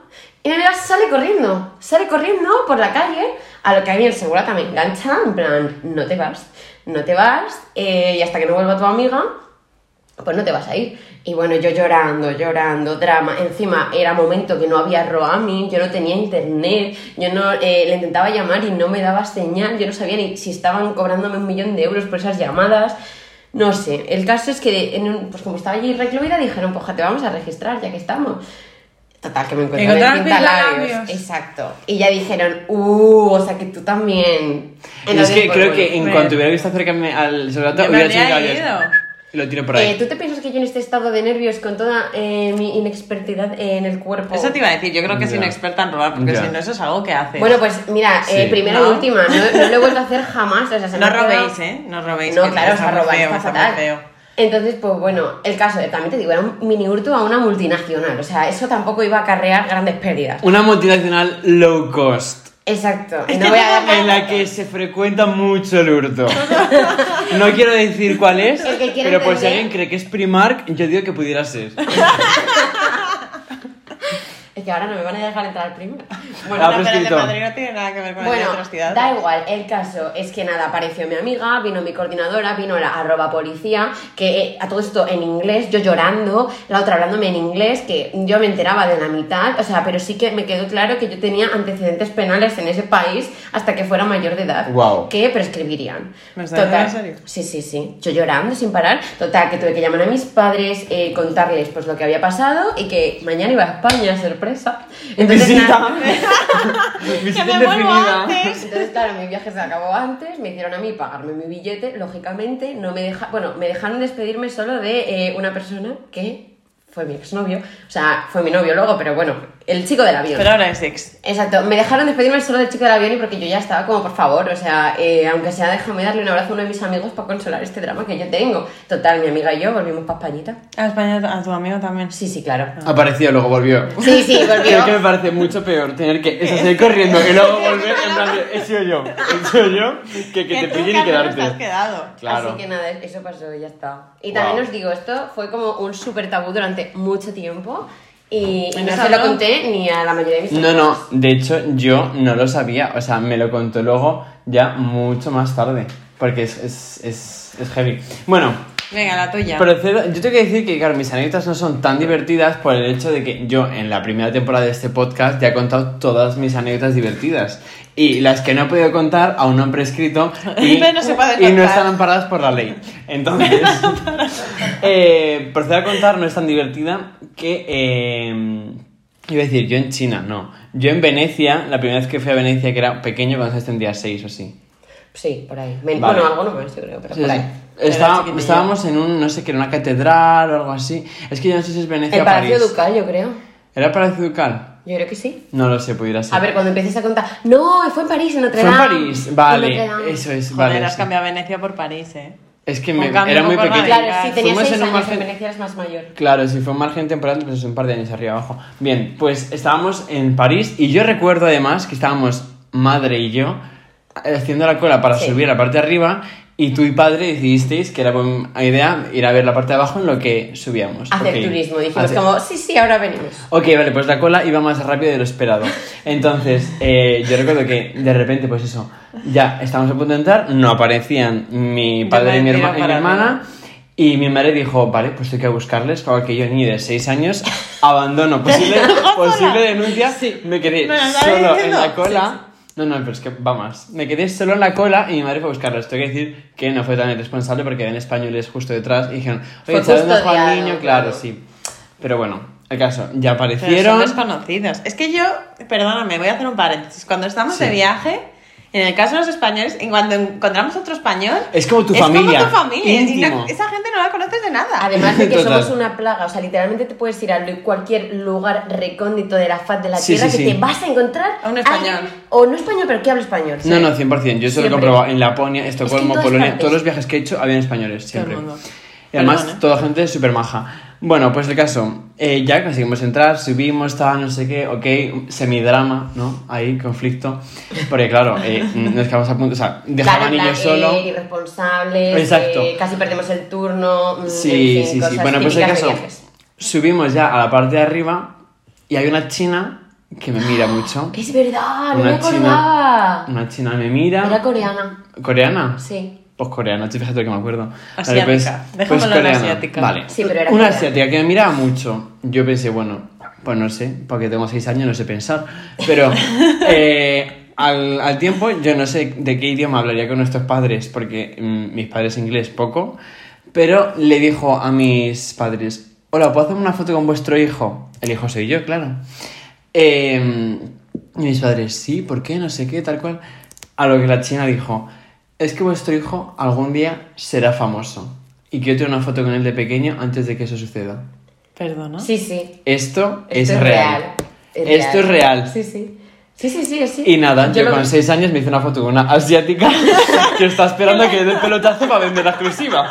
[SPEAKER 3] y mi amiga sale corriendo, sale corriendo por la calle, a lo que a mí el segurata me engancha, en plan, no te vas, no te vas, eh, y hasta que no vuelva tu amiga, pues no te vas a ir. Y bueno, yo llorando, llorando, drama. Encima era momento que no había roaming, yo no tenía internet, yo no eh, le intentaba llamar y no me daba señal, yo no sabía ni si estaban cobrándome un millón de euros por esas llamadas. No sé, el caso es que, en un- pues como estaba allí recluida, dijeron, pues ja, te vamos a registrar, ya que estamos. Total, que me encontraron en
[SPEAKER 4] Encontraron
[SPEAKER 3] pintalabios.
[SPEAKER 4] pintalabios.
[SPEAKER 3] Exacto. Y ya dijeron, uh, o sea que tú también.
[SPEAKER 2] es
[SPEAKER 3] Entonces,
[SPEAKER 2] que
[SPEAKER 3] pues,
[SPEAKER 2] creo
[SPEAKER 3] bueno.
[SPEAKER 2] que en
[SPEAKER 4] Bueno.
[SPEAKER 2] cuanto hubiera visto acercarme al segurato,
[SPEAKER 4] Yo me
[SPEAKER 2] hubiera hecho
[SPEAKER 4] habría
[SPEAKER 2] labios.
[SPEAKER 4] ido.
[SPEAKER 2] Y lo tiro por ahí.
[SPEAKER 3] Eh, ¿Tú te piensas que yo en este estado de nervios, con toda eh, mi inexpertidad en el cuerpo...
[SPEAKER 4] Eso te iba a decir, yo creo que soy
[SPEAKER 2] Ya.
[SPEAKER 4] una experta en robar, porque
[SPEAKER 2] Ya.
[SPEAKER 4] si no, eso es algo que haces.
[SPEAKER 3] Bueno, pues mira, eh,
[SPEAKER 2] Sí.
[SPEAKER 3] primera
[SPEAKER 4] No.
[SPEAKER 3] y última, no, no lo he vuelto a hacer jamás. O sea, se me
[SPEAKER 4] no
[SPEAKER 3] ha quedado-
[SPEAKER 4] robéis, ¿eh? No
[SPEAKER 3] pues,
[SPEAKER 4] robéis.
[SPEAKER 3] No,
[SPEAKER 4] que
[SPEAKER 3] claro, o
[SPEAKER 4] está
[SPEAKER 3] sea,
[SPEAKER 4] muy
[SPEAKER 3] robar
[SPEAKER 4] feo,
[SPEAKER 3] está
[SPEAKER 4] está muy
[SPEAKER 3] fatal.
[SPEAKER 4] feo.
[SPEAKER 2] Ah,
[SPEAKER 3] Entonces, pues bueno, el caso, eh, también te digo, era un mini hurto a una multinacional. O sea, eso tampoco iba a acarrear grandes pérdidas.
[SPEAKER 2] Una multinacional low cost.
[SPEAKER 3] Exacto.
[SPEAKER 4] Es
[SPEAKER 3] no
[SPEAKER 4] que
[SPEAKER 3] voy a
[SPEAKER 4] todo
[SPEAKER 3] dar más
[SPEAKER 2] En la que se frecuenta mucho el hurto. No quiero decir cuál es,
[SPEAKER 3] El que quiera
[SPEAKER 2] pero por si
[SPEAKER 3] entender.
[SPEAKER 2] alguien cree que es Primark, yo digo que pudiera ser.
[SPEAKER 3] Es que ahora no me van a dejar entrar primero.
[SPEAKER 2] Ah,
[SPEAKER 4] Bueno, no, pero el de
[SPEAKER 2] prescrito.
[SPEAKER 4] Madrid no tiene nada que ver con el de
[SPEAKER 3] Bueno,
[SPEAKER 4] otras ciudades.
[SPEAKER 3] da igual, el caso es que nada, apareció mi amiga, vino mi coordinadora, vino la arroba policía, que eh, a todo esto en inglés, yo llorando, la otra hablándome en inglés, que yo me enteraba de la mitad, o sea, pero sí que me quedó claro que yo tenía antecedentes penales en ese país hasta que fuera mayor de edad,
[SPEAKER 2] Guau.
[SPEAKER 3] que prescribirían.
[SPEAKER 4] ¿Me estás hablando en serio?
[SPEAKER 3] Sí, sí, sí. Yo llorando sin parar. Total, que tuve que llamar a mis padres, eh, contarles pues lo que había pasado y que mañana iba a España, sorpresa. nada-
[SPEAKER 2] Visita
[SPEAKER 4] me vuelvo
[SPEAKER 2] indefinida.
[SPEAKER 4] antes.
[SPEAKER 3] entonces, claro, mi viaje se acabó antes, me hicieron a mí pagarme mi billete, lógicamente, no me deja, bueno, me dejaron despedirme solo de eh, una persona que fue mi exnovio, o sea, fue mi novio luego, pero bueno, el chico del avión.
[SPEAKER 4] Pero ahora es ex.
[SPEAKER 3] Exacto, me dejaron despedirme solo del chico del avión y porque yo ya estaba como, por favor, o sea, eh, aunque sea, déjame darle un abrazo a uno de mis amigos para consolar este drama que yo tengo. Total, mi amiga y yo volvimos para Españita.
[SPEAKER 4] A España, a tu amigo también.
[SPEAKER 3] Sí, sí, claro.
[SPEAKER 2] Ah. Apareció, luego volvió.
[SPEAKER 3] Sí, sí,
[SPEAKER 2] Creo que me
[SPEAKER 3] volvió.
[SPEAKER 2] parece mucho peor tener que eso, salir corriendo y luego volver en plan de, he sido yo, he sido yo, que, que te
[SPEAKER 4] tú,
[SPEAKER 2] pillen y
[SPEAKER 4] Carlos, te has
[SPEAKER 2] quedarte.
[SPEAKER 4] quedado.
[SPEAKER 2] Claro.
[SPEAKER 3] Así que nada, eso pasó, ya está. Y también
[SPEAKER 2] Guau.
[SPEAKER 3] os digo, esto fue como un súper tabú durante mucho tiempo y, y
[SPEAKER 4] ¿Y
[SPEAKER 3] no
[SPEAKER 4] no
[SPEAKER 3] se lo
[SPEAKER 4] habló?
[SPEAKER 3] conté ni a la mayoría de mis
[SPEAKER 2] No, no,
[SPEAKER 3] amigos.
[SPEAKER 2] de hecho yo no lo sabía, o sea, me lo contó luego ya mucho más tarde, porque es, es, es, es heavy. Bueno,
[SPEAKER 4] Venga, la tuya.
[SPEAKER 2] procedo, yo tengo que decir que, claro, mis anécdotas no son tan divertidas por el hecho de que yo en la primera temporada de este podcast ya he contado todas mis anécdotas divertidas y las que no he podido contar aún no han prescrito y,
[SPEAKER 4] No, no se puede
[SPEAKER 2] y no
[SPEAKER 4] contar.
[SPEAKER 2] están amparadas por la ley. Entonces, eh, proceder a contar no es tan divertida que... eh, Iba a decir, yo en China, no. Yo en Venecia, la primera vez que fui a Venecia, que era pequeño, cuando se tendría 6 o así.
[SPEAKER 3] Sí, por ahí. Men-
[SPEAKER 2] Vale.
[SPEAKER 3] Bueno, alguno más, yo creo, pero
[SPEAKER 2] Sí,
[SPEAKER 3] por
[SPEAKER 2] sí.
[SPEAKER 3] ahí.
[SPEAKER 2] Estaba-
[SPEAKER 4] Era chiquitillo.
[SPEAKER 2] estábamos en un, no sé qué, en una catedral o algo así. Es que yo no sé si es Venecia
[SPEAKER 3] El
[SPEAKER 2] o
[SPEAKER 3] Palacio
[SPEAKER 2] París.
[SPEAKER 3] Ducal, yo creo.
[SPEAKER 2] ¿Era el Palacio Ducal?
[SPEAKER 3] Yo creo que sí.
[SPEAKER 2] No lo sé, pudiera ser.
[SPEAKER 3] A ver, cuando empieces a contar. No, fue en París, en Notre
[SPEAKER 2] Fue en
[SPEAKER 3] Dame.
[SPEAKER 2] París,
[SPEAKER 3] En
[SPEAKER 2] vale.
[SPEAKER 3] Notre Dame.
[SPEAKER 2] Eso es,
[SPEAKER 4] Joder,
[SPEAKER 2] vale.
[SPEAKER 4] has
[SPEAKER 2] sí.
[SPEAKER 4] cambiado Venecia por París, ¿eh?
[SPEAKER 2] Es que
[SPEAKER 4] Un
[SPEAKER 2] me-
[SPEAKER 4] cambio
[SPEAKER 2] era muy
[SPEAKER 4] por la
[SPEAKER 2] pequeño.
[SPEAKER 4] vida.
[SPEAKER 3] Claro, sí, tenías
[SPEAKER 2] Fuimos
[SPEAKER 3] seis
[SPEAKER 2] en un
[SPEAKER 3] años, en
[SPEAKER 2] margen-
[SPEAKER 3] Venecia eras más mayor.
[SPEAKER 2] Claro, si fue un margen temporal, pues es un par de años arriba abajo. Bien, pues estábamos en París y yo recuerdo además que estábamos madre y yo eh, haciendo la cola para
[SPEAKER 3] Sí.
[SPEAKER 2] subir a la parte de arriba y tú y padre decidisteis que era buena idea ir a ver la parte de abajo en lo que subíamos.
[SPEAKER 3] Hacer
[SPEAKER 2] Ok.
[SPEAKER 3] turismo, dijimos
[SPEAKER 2] Hacer-
[SPEAKER 3] como, sí, sí, ahora venimos.
[SPEAKER 2] Ok, vale, pues la cola iba más rápido de lo esperado. Entonces, eh, yo recuerdo que de repente, pues eso, ya estábamos a punto de entrar, no aparecían mi
[SPEAKER 4] Ya
[SPEAKER 2] padre y mi, herma-
[SPEAKER 4] aparecieron
[SPEAKER 2] y mi
[SPEAKER 4] para
[SPEAKER 2] hermana, y mi madre dijo, vale, pues tengo que buscarles, claro que yo ni de 6 años, abandono, posible, posible denuncia, me quedé
[SPEAKER 4] Me lo estaba
[SPEAKER 2] solo en
[SPEAKER 4] diciendo.
[SPEAKER 2] la cola. No, no, pero es que va más. Me quedé solo en la cola y mi madre fue a buscarlos. Tengo que decir que no fue tan irresponsable porque eran españoles justo detrás y dijeron,
[SPEAKER 3] Fue
[SPEAKER 2] oye, ¿sabes dónde juega el
[SPEAKER 3] custodiado,
[SPEAKER 2] niño? Claro,
[SPEAKER 3] claro.
[SPEAKER 2] sí. Pero bueno, el caso, ya
[SPEAKER 4] Pero son
[SPEAKER 2] aparecieron.
[SPEAKER 4] desconocidos. Es que yo, perdóname, voy a hacer un paréntesis. Cuando estamos
[SPEAKER 2] Sí.
[SPEAKER 4] de viaje, En el caso de los españoles, en cuando encontramos otro español,
[SPEAKER 2] Es como tu familia,
[SPEAKER 4] como tu familia. y
[SPEAKER 2] íntimo.
[SPEAKER 4] no- esa gente no la conoces de nada.
[SPEAKER 3] Además de que
[SPEAKER 2] Total.
[SPEAKER 3] somos una plaga, o sea, literalmente te puedes ir a lu- cualquier lugar recóndito de la faz de la
[SPEAKER 2] Sí,
[SPEAKER 3] tierra
[SPEAKER 2] sí,
[SPEAKER 3] que
[SPEAKER 2] sí.
[SPEAKER 3] te vas a encontrar
[SPEAKER 4] A un español.
[SPEAKER 3] alguien- o no español, pero que hable español.
[SPEAKER 2] No,
[SPEAKER 3] ¿sabes?
[SPEAKER 2] no, 100%. Yo eso lo he
[SPEAKER 3] ¿eh? Siempre.
[SPEAKER 2] comprobado en Laponia, Estocolmo,
[SPEAKER 3] Es que en todas
[SPEAKER 2] Polonia.
[SPEAKER 3] partes.
[SPEAKER 2] Todos los viajes que he hecho habían españoles, siempre.
[SPEAKER 4] mundo.
[SPEAKER 2] Y además,
[SPEAKER 4] Perdón, ¿eh?
[SPEAKER 2] toda gente súper maja. Bueno, pues el caso, eh, ya conseguimos entrar, subimos, tal, no sé qué, ok, semidrama, ¿no? Ahí, conflicto. Porque claro, eh, nos quedamos a punto, o sea,
[SPEAKER 3] Claro,
[SPEAKER 2] dejaban
[SPEAKER 3] en
[SPEAKER 2] a
[SPEAKER 3] plan,
[SPEAKER 2] niños solo.
[SPEAKER 3] eh, irresponsables,
[SPEAKER 2] Exacto.
[SPEAKER 3] eh, casi perdemos el turno. mm,
[SPEAKER 2] Sí,
[SPEAKER 3] en fin,
[SPEAKER 2] sí, sí.
[SPEAKER 3] cosas
[SPEAKER 2] Bueno, pues el
[SPEAKER 3] típicas de
[SPEAKER 2] caso,
[SPEAKER 3] viajes.
[SPEAKER 2] subimos ya a la parte de arriba y hay una china que me mira mucho.
[SPEAKER 3] Es verdad, no me
[SPEAKER 2] Una china,
[SPEAKER 3] acordaba.
[SPEAKER 2] una china me mira.
[SPEAKER 3] Era coreana,
[SPEAKER 2] ¿Coreana?
[SPEAKER 3] sí.
[SPEAKER 2] Pues coreana, tú fíjate que me acuerdo. Vale,
[SPEAKER 4] Asiática.
[SPEAKER 2] pues-
[SPEAKER 4] Dejémoslo
[SPEAKER 2] pues
[SPEAKER 4] en
[SPEAKER 2] coreana.
[SPEAKER 4] asiática.
[SPEAKER 2] Vale.
[SPEAKER 3] Sí, pero era
[SPEAKER 2] Una
[SPEAKER 3] coreana.
[SPEAKER 2] asiática que me miraba mucho. Yo pensé, bueno, pues no sé, porque tengo seis años, no sé pensar. Pero eh, al, al tiempo yo no sé de qué idioma hablaría con nuestros padres, porque mm, mis padres inglés poco. Pero le dijo a mis padres, hola, ¿puedo hacer una foto con vuestro hijo? El hijo soy yo, claro. Eh, y mis padres, sí, ¿por qué? No sé qué, tal cual. A lo que la china dijo, es que vuestro hijo algún día será famoso. Y quiero tener una foto con él de pequeño antes de que eso suceda.
[SPEAKER 4] Perdona.
[SPEAKER 3] Sí, sí.
[SPEAKER 2] Esto, es,
[SPEAKER 3] Esto
[SPEAKER 2] real.
[SPEAKER 3] Es
[SPEAKER 2] Esto es real.
[SPEAKER 3] Sí, sí. Sí, sí, sí, sí.
[SPEAKER 2] Y nada, yo,
[SPEAKER 3] lo
[SPEAKER 2] con
[SPEAKER 3] vi.
[SPEAKER 2] 6 años me hice una foto con una asiática que está esperando a que le dé el pelotazo para vender la exclusiva.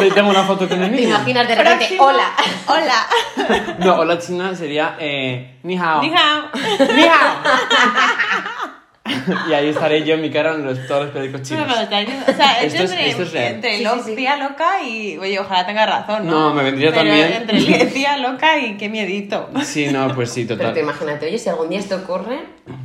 [SPEAKER 2] Le tengo una foto con el
[SPEAKER 3] Te
[SPEAKER 2] niño.
[SPEAKER 3] imaginas de repente,
[SPEAKER 4] Próximo.
[SPEAKER 3] hola.
[SPEAKER 4] Hola.
[SPEAKER 2] No, hola china sería eh, ni hao.
[SPEAKER 4] Ni hao.
[SPEAKER 2] Ni hao. y ahí estaré yo en mi cara en los, todos los periódicos
[SPEAKER 4] No me
[SPEAKER 2] chinos.
[SPEAKER 4] falta ni- O sea,
[SPEAKER 2] Esto
[SPEAKER 4] yo
[SPEAKER 2] es-
[SPEAKER 4] entre,
[SPEAKER 2] esto es real.
[SPEAKER 4] entre
[SPEAKER 3] Sí,
[SPEAKER 4] lo-
[SPEAKER 3] sí, sí.
[SPEAKER 4] tía loca y. Oye, ojalá tenga razón, ¿no?
[SPEAKER 2] No, me vendría
[SPEAKER 4] Pero
[SPEAKER 2] también.
[SPEAKER 4] Entre li- tía loca y qué miedito.
[SPEAKER 2] Sí, no, pues sí,
[SPEAKER 3] Pero te
[SPEAKER 2] total.
[SPEAKER 3] imagínate, oye, si algún día esto ocurre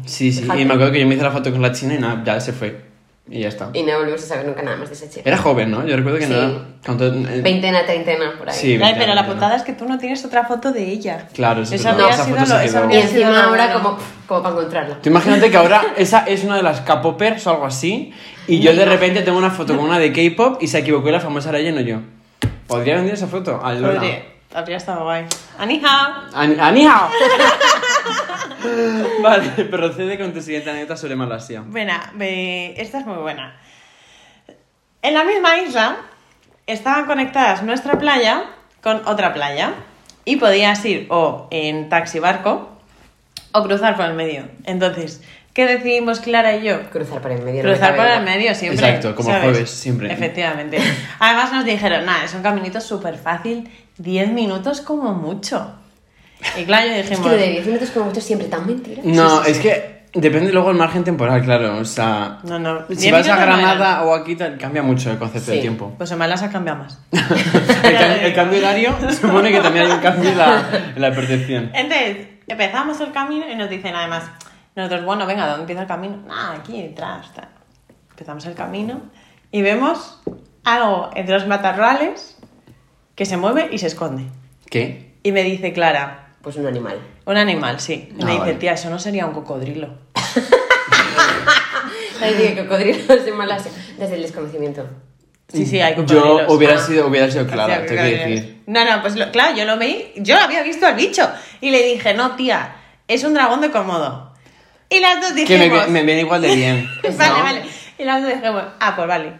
[SPEAKER 2] Sí, sí. Y me acuerdo que yo me hice la foto con la china y nada, ya se fue. Y ya está.
[SPEAKER 3] y no volvemos a saber nunca nada más de esa chica.
[SPEAKER 2] Era joven, ¿no? Yo recuerdo que
[SPEAKER 3] Sí.
[SPEAKER 2] no era. cuando- eh,
[SPEAKER 3] Veintena, treintena, por ahí.
[SPEAKER 2] Sí,
[SPEAKER 4] Ay,
[SPEAKER 2] veinte
[SPEAKER 4] pero
[SPEAKER 2] años,
[SPEAKER 4] la
[SPEAKER 2] ¿no?
[SPEAKER 4] putada es que tú no tienes otra foto de ella.
[SPEAKER 2] Claro, eso es
[SPEAKER 4] Esa
[SPEAKER 2] verdad.
[SPEAKER 4] habría
[SPEAKER 2] Esa
[SPEAKER 4] sido
[SPEAKER 2] foto
[SPEAKER 4] lo-
[SPEAKER 2] se
[SPEAKER 4] esa
[SPEAKER 2] quedó.
[SPEAKER 3] Y
[SPEAKER 4] habría sido
[SPEAKER 3] encima
[SPEAKER 4] lo
[SPEAKER 3] ahora
[SPEAKER 4] bueno.
[SPEAKER 3] como, como para encontrarla.
[SPEAKER 2] Tú imagínate que ahora esa es una de las K-popers o algo así, y yo de repente tengo una foto con una de K-pop y se equivocó y la famosa era lleno yo. Podría vender esa foto al Lola.
[SPEAKER 4] Podría- Habría estado guay. Anija.
[SPEAKER 2] Ani- ¡Anihao! vale, procede con tu siguiente anécdota sobre Malasia.
[SPEAKER 4] Buena, ve- esta es muy buena. En la misma isla estaban conectadas nuestra playa con otra playa y podías ir o en taxi barco o cruzar por el medio. Entonces, ¿qué decidimos Clara y yo?
[SPEAKER 3] Cruzar por el medio. no me
[SPEAKER 4] Cruzar
[SPEAKER 3] cabe
[SPEAKER 4] por el
[SPEAKER 3] duda.
[SPEAKER 4] medio siempre.
[SPEAKER 2] Exacto, como jueves, siempre.
[SPEAKER 4] Efectivamente. Además nos dijeron, nada, es un caminito súper fácil, 10 minutos como mucho. Y claro, yo
[SPEAKER 3] Es
[SPEAKER 4] dijimos...
[SPEAKER 3] que lo de 10 minutos como mucho siempre tan mentira.
[SPEAKER 2] No,
[SPEAKER 4] Sí, sí,
[SPEAKER 2] es
[SPEAKER 4] sí.
[SPEAKER 2] que depende luego el margen temporal, claro. O sea,
[SPEAKER 4] No, no.
[SPEAKER 2] si
[SPEAKER 4] 10
[SPEAKER 2] vas a
[SPEAKER 4] minutos no eran.
[SPEAKER 2] Granada o aquí, tal, cambia mucho el concepto de
[SPEAKER 3] Sí.
[SPEAKER 2] tiempo.
[SPEAKER 4] Pues en Malas ha cambiado más.
[SPEAKER 2] el, cam- el cambio horario supone que también hay un cambio en la, en la percepción.
[SPEAKER 4] Entonces, empezamos el camino y nos dicen además, nosotros, bueno, venga, ¿dónde empieza el camino? Ah, aquí detrás. tal. Empezamos el camino y vemos algo entre los matorrales que se mueve y se esconde.
[SPEAKER 2] ¿Qué?
[SPEAKER 4] Y me dice Clara,
[SPEAKER 3] Pues un animal.
[SPEAKER 4] un animal, sí. Y
[SPEAKER 2] Ah,
[SPEAKER 4] me dice,
[SPEAKER 2] vale.
[SPEAKER 4] tía, eso no sería un cocodrilo.
[SPEAKER 3] Ahí dije cocodrilos en Malasia. Desde el desconocimiento.
[SPEAKER 4] Sí, sí, hay
[SPEAKER 2] Yo
[SPEAKER 4] cocodrilos.
[SPEAKER 2] hubiera
[SPEAKER 4] Ah.
[SPEAKER 2] sido, hubiera sido clara,
[SPEAKER 4] Hacía
[SPEAKER 2] te quiero
[SPEAKER 4] cocodrilos.
[SPEAKER 2] decir.
[SPEAKER 4] No, no, pues lo- claro, yo lo vi, yo había visto al bicho. Y le dije, no, tía, es un dragón de Komodo. Y las dos
[SPEAKER 2] Que
[SPEAKER 4] dijimos...
[SPEAKER 2] me, me viene igual de bien.
[SPEAKER 4] vale,
[SPEAKER 3] No.
[SPEAKER 4] vale. Y las dos dijimos, ah, pues vale.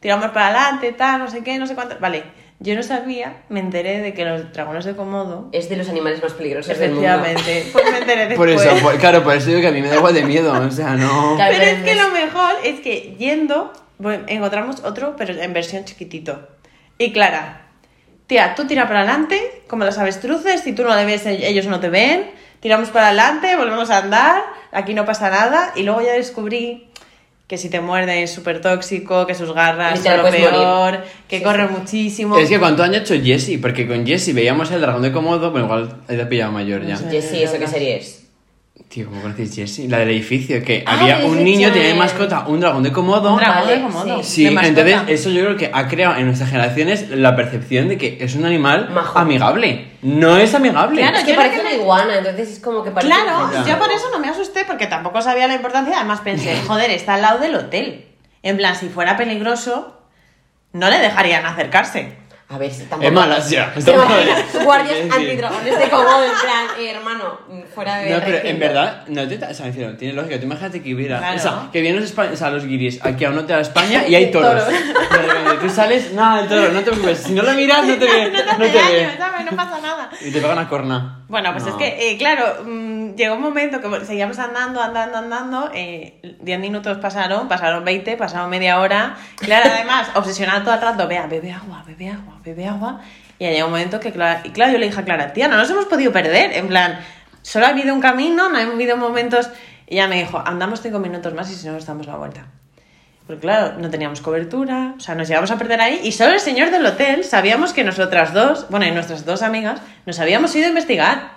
[SPEAKER 4] Tiramos para adelante, tal, no sé qué, no sé cuánto. Vale, yo no sabía, me enteré de que los dragones de Komodo.
[SPEAKER 3] Es de los animales más peligrosos del mundo.
[SPEAKER 4] Efectivamente, pues me enteré
[SPEAKER 2] Por
[SPEAKER 4] después.
[SPEAKER 2] eso, por- claro, por eso digo que a mí me da igual de miedo, o sea, no...
[SPEAKER 3] Claro.
[SPEAKER 4] Pero es que
[SPEAKER 3] es-
[SPEAKER 4] lo mejor es que yendo bueno, encontramos otro, pero en versión chiquitito. Y Clara, tía, tú tira para adelante, como las avestruces, si tú no le ves, e- ellos no te ven. Tiramos para adelante, volvemos a andar, aquí no pasa nada. Y luego ya descubrí que si te muerden es súper tóxico, que sus garras son
[SPEAKER 3] Literal,
[SPEAKER 4] lo
[SPEAKER 3] puedes
[SPEAKER 4] peor,
[SPEAKER 3] morir.
[SPEAKER 4] que
[SPEAKER 3] Sí,
[SPEAKER 4] corre
[SPEAKER 3] sí.
[SPEAKER 4] muchísimo.
[SPEAKER 2] Es que cuánto han hecho Jesse, porque con Jesse veíamos el dragón de Komodo, pero igual ahí te ha pillado mayor ya.
[SPEAKER 4] No sé.
[SPEAKER 3] Yes, sí, ¿eso qué serie es?
[SPEAKER 2] Tío, ¿cómo conocéis Jesse? La del edificio, que
[SPEAKER 3] Ah,
[SPEAKER 2] había
[SPEAKER 3] del
[SPEAKER 2] un
[SPEAKER 3] edificio,
[SPEAKER 2] niño, tenía de
[SPEAKER 3] eh.
[SPEAKER 2] mascota un dragón de Komodo.
[SPEAKER 4] Un dragón de
[SPEAKER 3] Vale,
[SPEAKER 4] Komodo,
[SPEAKER 2] Sí,
[SPEAKER 4] de mascota.
[SPEAKER 2] entonces eso yo creo que ha creado en nuestras generaciones la percepción de que es un animal
[SPEAKER 3] Majo.
[SPEAKER 2] amigable. No es amigable.
[SPEAKER 4] Claro,
[SPEAKER 3] Es que
[SPEAKER 4] yo
[SPEAKER 3] parece
[SPEAKER 4] creo que
[SPEAKER 3] una iguana, entonces es como que parece...
[SPEAKER 4] Claro,
[SPEAKER 2] Ya.
[SPEAKER 4] yo por eso no me asusté porque tampoco sabía la importancia. Además pensé, joder, está al lado del hotel. En plan, si fuera peligroso, no le dejarían acercarse.
[SPEAKER 3] A A ver, si tampoco...
[SPEAKER 2] Es malas ya.
[SPEAKER 3] ¿Te
[SPEAKER 2] estamos-
[SPEAKER 3] imaginas? Guardias
[SPEAKER 2] Es decir,
[SPEAKER 3] antidragones de Komodo, en plan, eh, hermano, fuera de
[SPEAKER 2] No, pero en
[SPEAKER 3] recinto.
[SPEAKER 2] verdad, no te o sea, me refiero, tiene lógica. Tú imagínate que hubiera.
[SPEAKER 4] Claro.
[SPEAKER 2] O sea, que vienen los, espa- o sea, los guiris aquí a un hotel a España y hay toros.
[SPEAKER 3] Toros.
[SPEAKER 2] De repente, tú sales, nada, el toro, no te preocupes. Si no lo miras, no te ve. No te ve.
[SPEAKER 4] daño, ¿sabes? No pasa nada.
[SPEAKER 2] Y te pagan a corna.
[SPEAKER 4] Bueno, pues
[SPEAKER 2] No.
[SPEAKER 4] es que, eh, claro, mm, llegó un momento que seguíamos andando, andando, andando. Eh, 10 minutos pasaron, pasaron 20, pasaron media hora. Claro, además, obsesionada todo el rato, vea, bebe agua, bebe agua, bebe agua. Y llegó un momento que, Clara- y claro, yo le dije a Clara, tía, no nos hemos podido perder. En plan, solo ha habido un camino, no ha habido momentos. Y ella me dijo, andamos 5 minutos más y si no nos damos la vuelta. Porque claro, no teníamos cobertura, o sea, nos llevamos a perder ahí y solo el señor del hotel sabíamos que nosotras dos, bueno, y nuestras dos amigas, nos habíamos ido a investigar.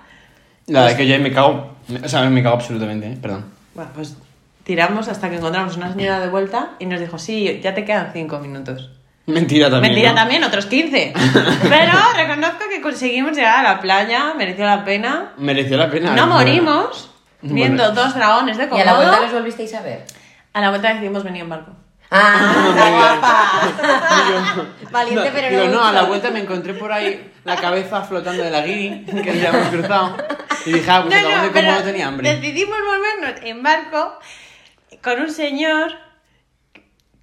[SPEAKER 2] La verdad que yo ahí me cago. O sea, me cago absolutamente, ¿eh? perdón.
[SPEAKER 4] Bueno, pues tiramos hasta que encontramos una señora de vuelta y nos dijo, sí, ya te quedan cinco minutos.
[SPEAKER 2] Mentira también.
[SPEAKER 4] Mentira
[SPEAKER 2] ¿no?
[SPEAKER 4] también, otros 15. Pero reconozco que conseguimos llegar a la playa, mereció la pena.
[SPEAKER 2] Mereció la pena.
[SPEAKER 4] No morimos
[SPEAKER 2] Bueno.
[SPEAKER 4] viendo dos dragones de
[SPEAKER 3] Y a la vuelta
[SPEAKER 4] Komodo.
[SPEAKER 3] los volvisteis a ver.
[SPEAKER 4] A la vuelta decidimos venir en barco.
[SPEAKER 3] ¡Ah, la guapa! Valiente,
[SPEAKER 2] No,
[SPEAKER 3] pero
[SPEAKER 2] digo,
[SPEAKER 3] no.
[SPEAKER 2] no, a la
[SPEAKER 3] mucho.
[SPEAKER 2] vuelta me encontré por ahí la cabeza flotando de la guiri que habíamos cruzado. Y dije, ah, pues acabamos de
[SPEAKER 4] pero
[SPEAKER 2] cómo no tenía hambre.
[SPEAKER 4] Decidimos volvernos en barco con un señor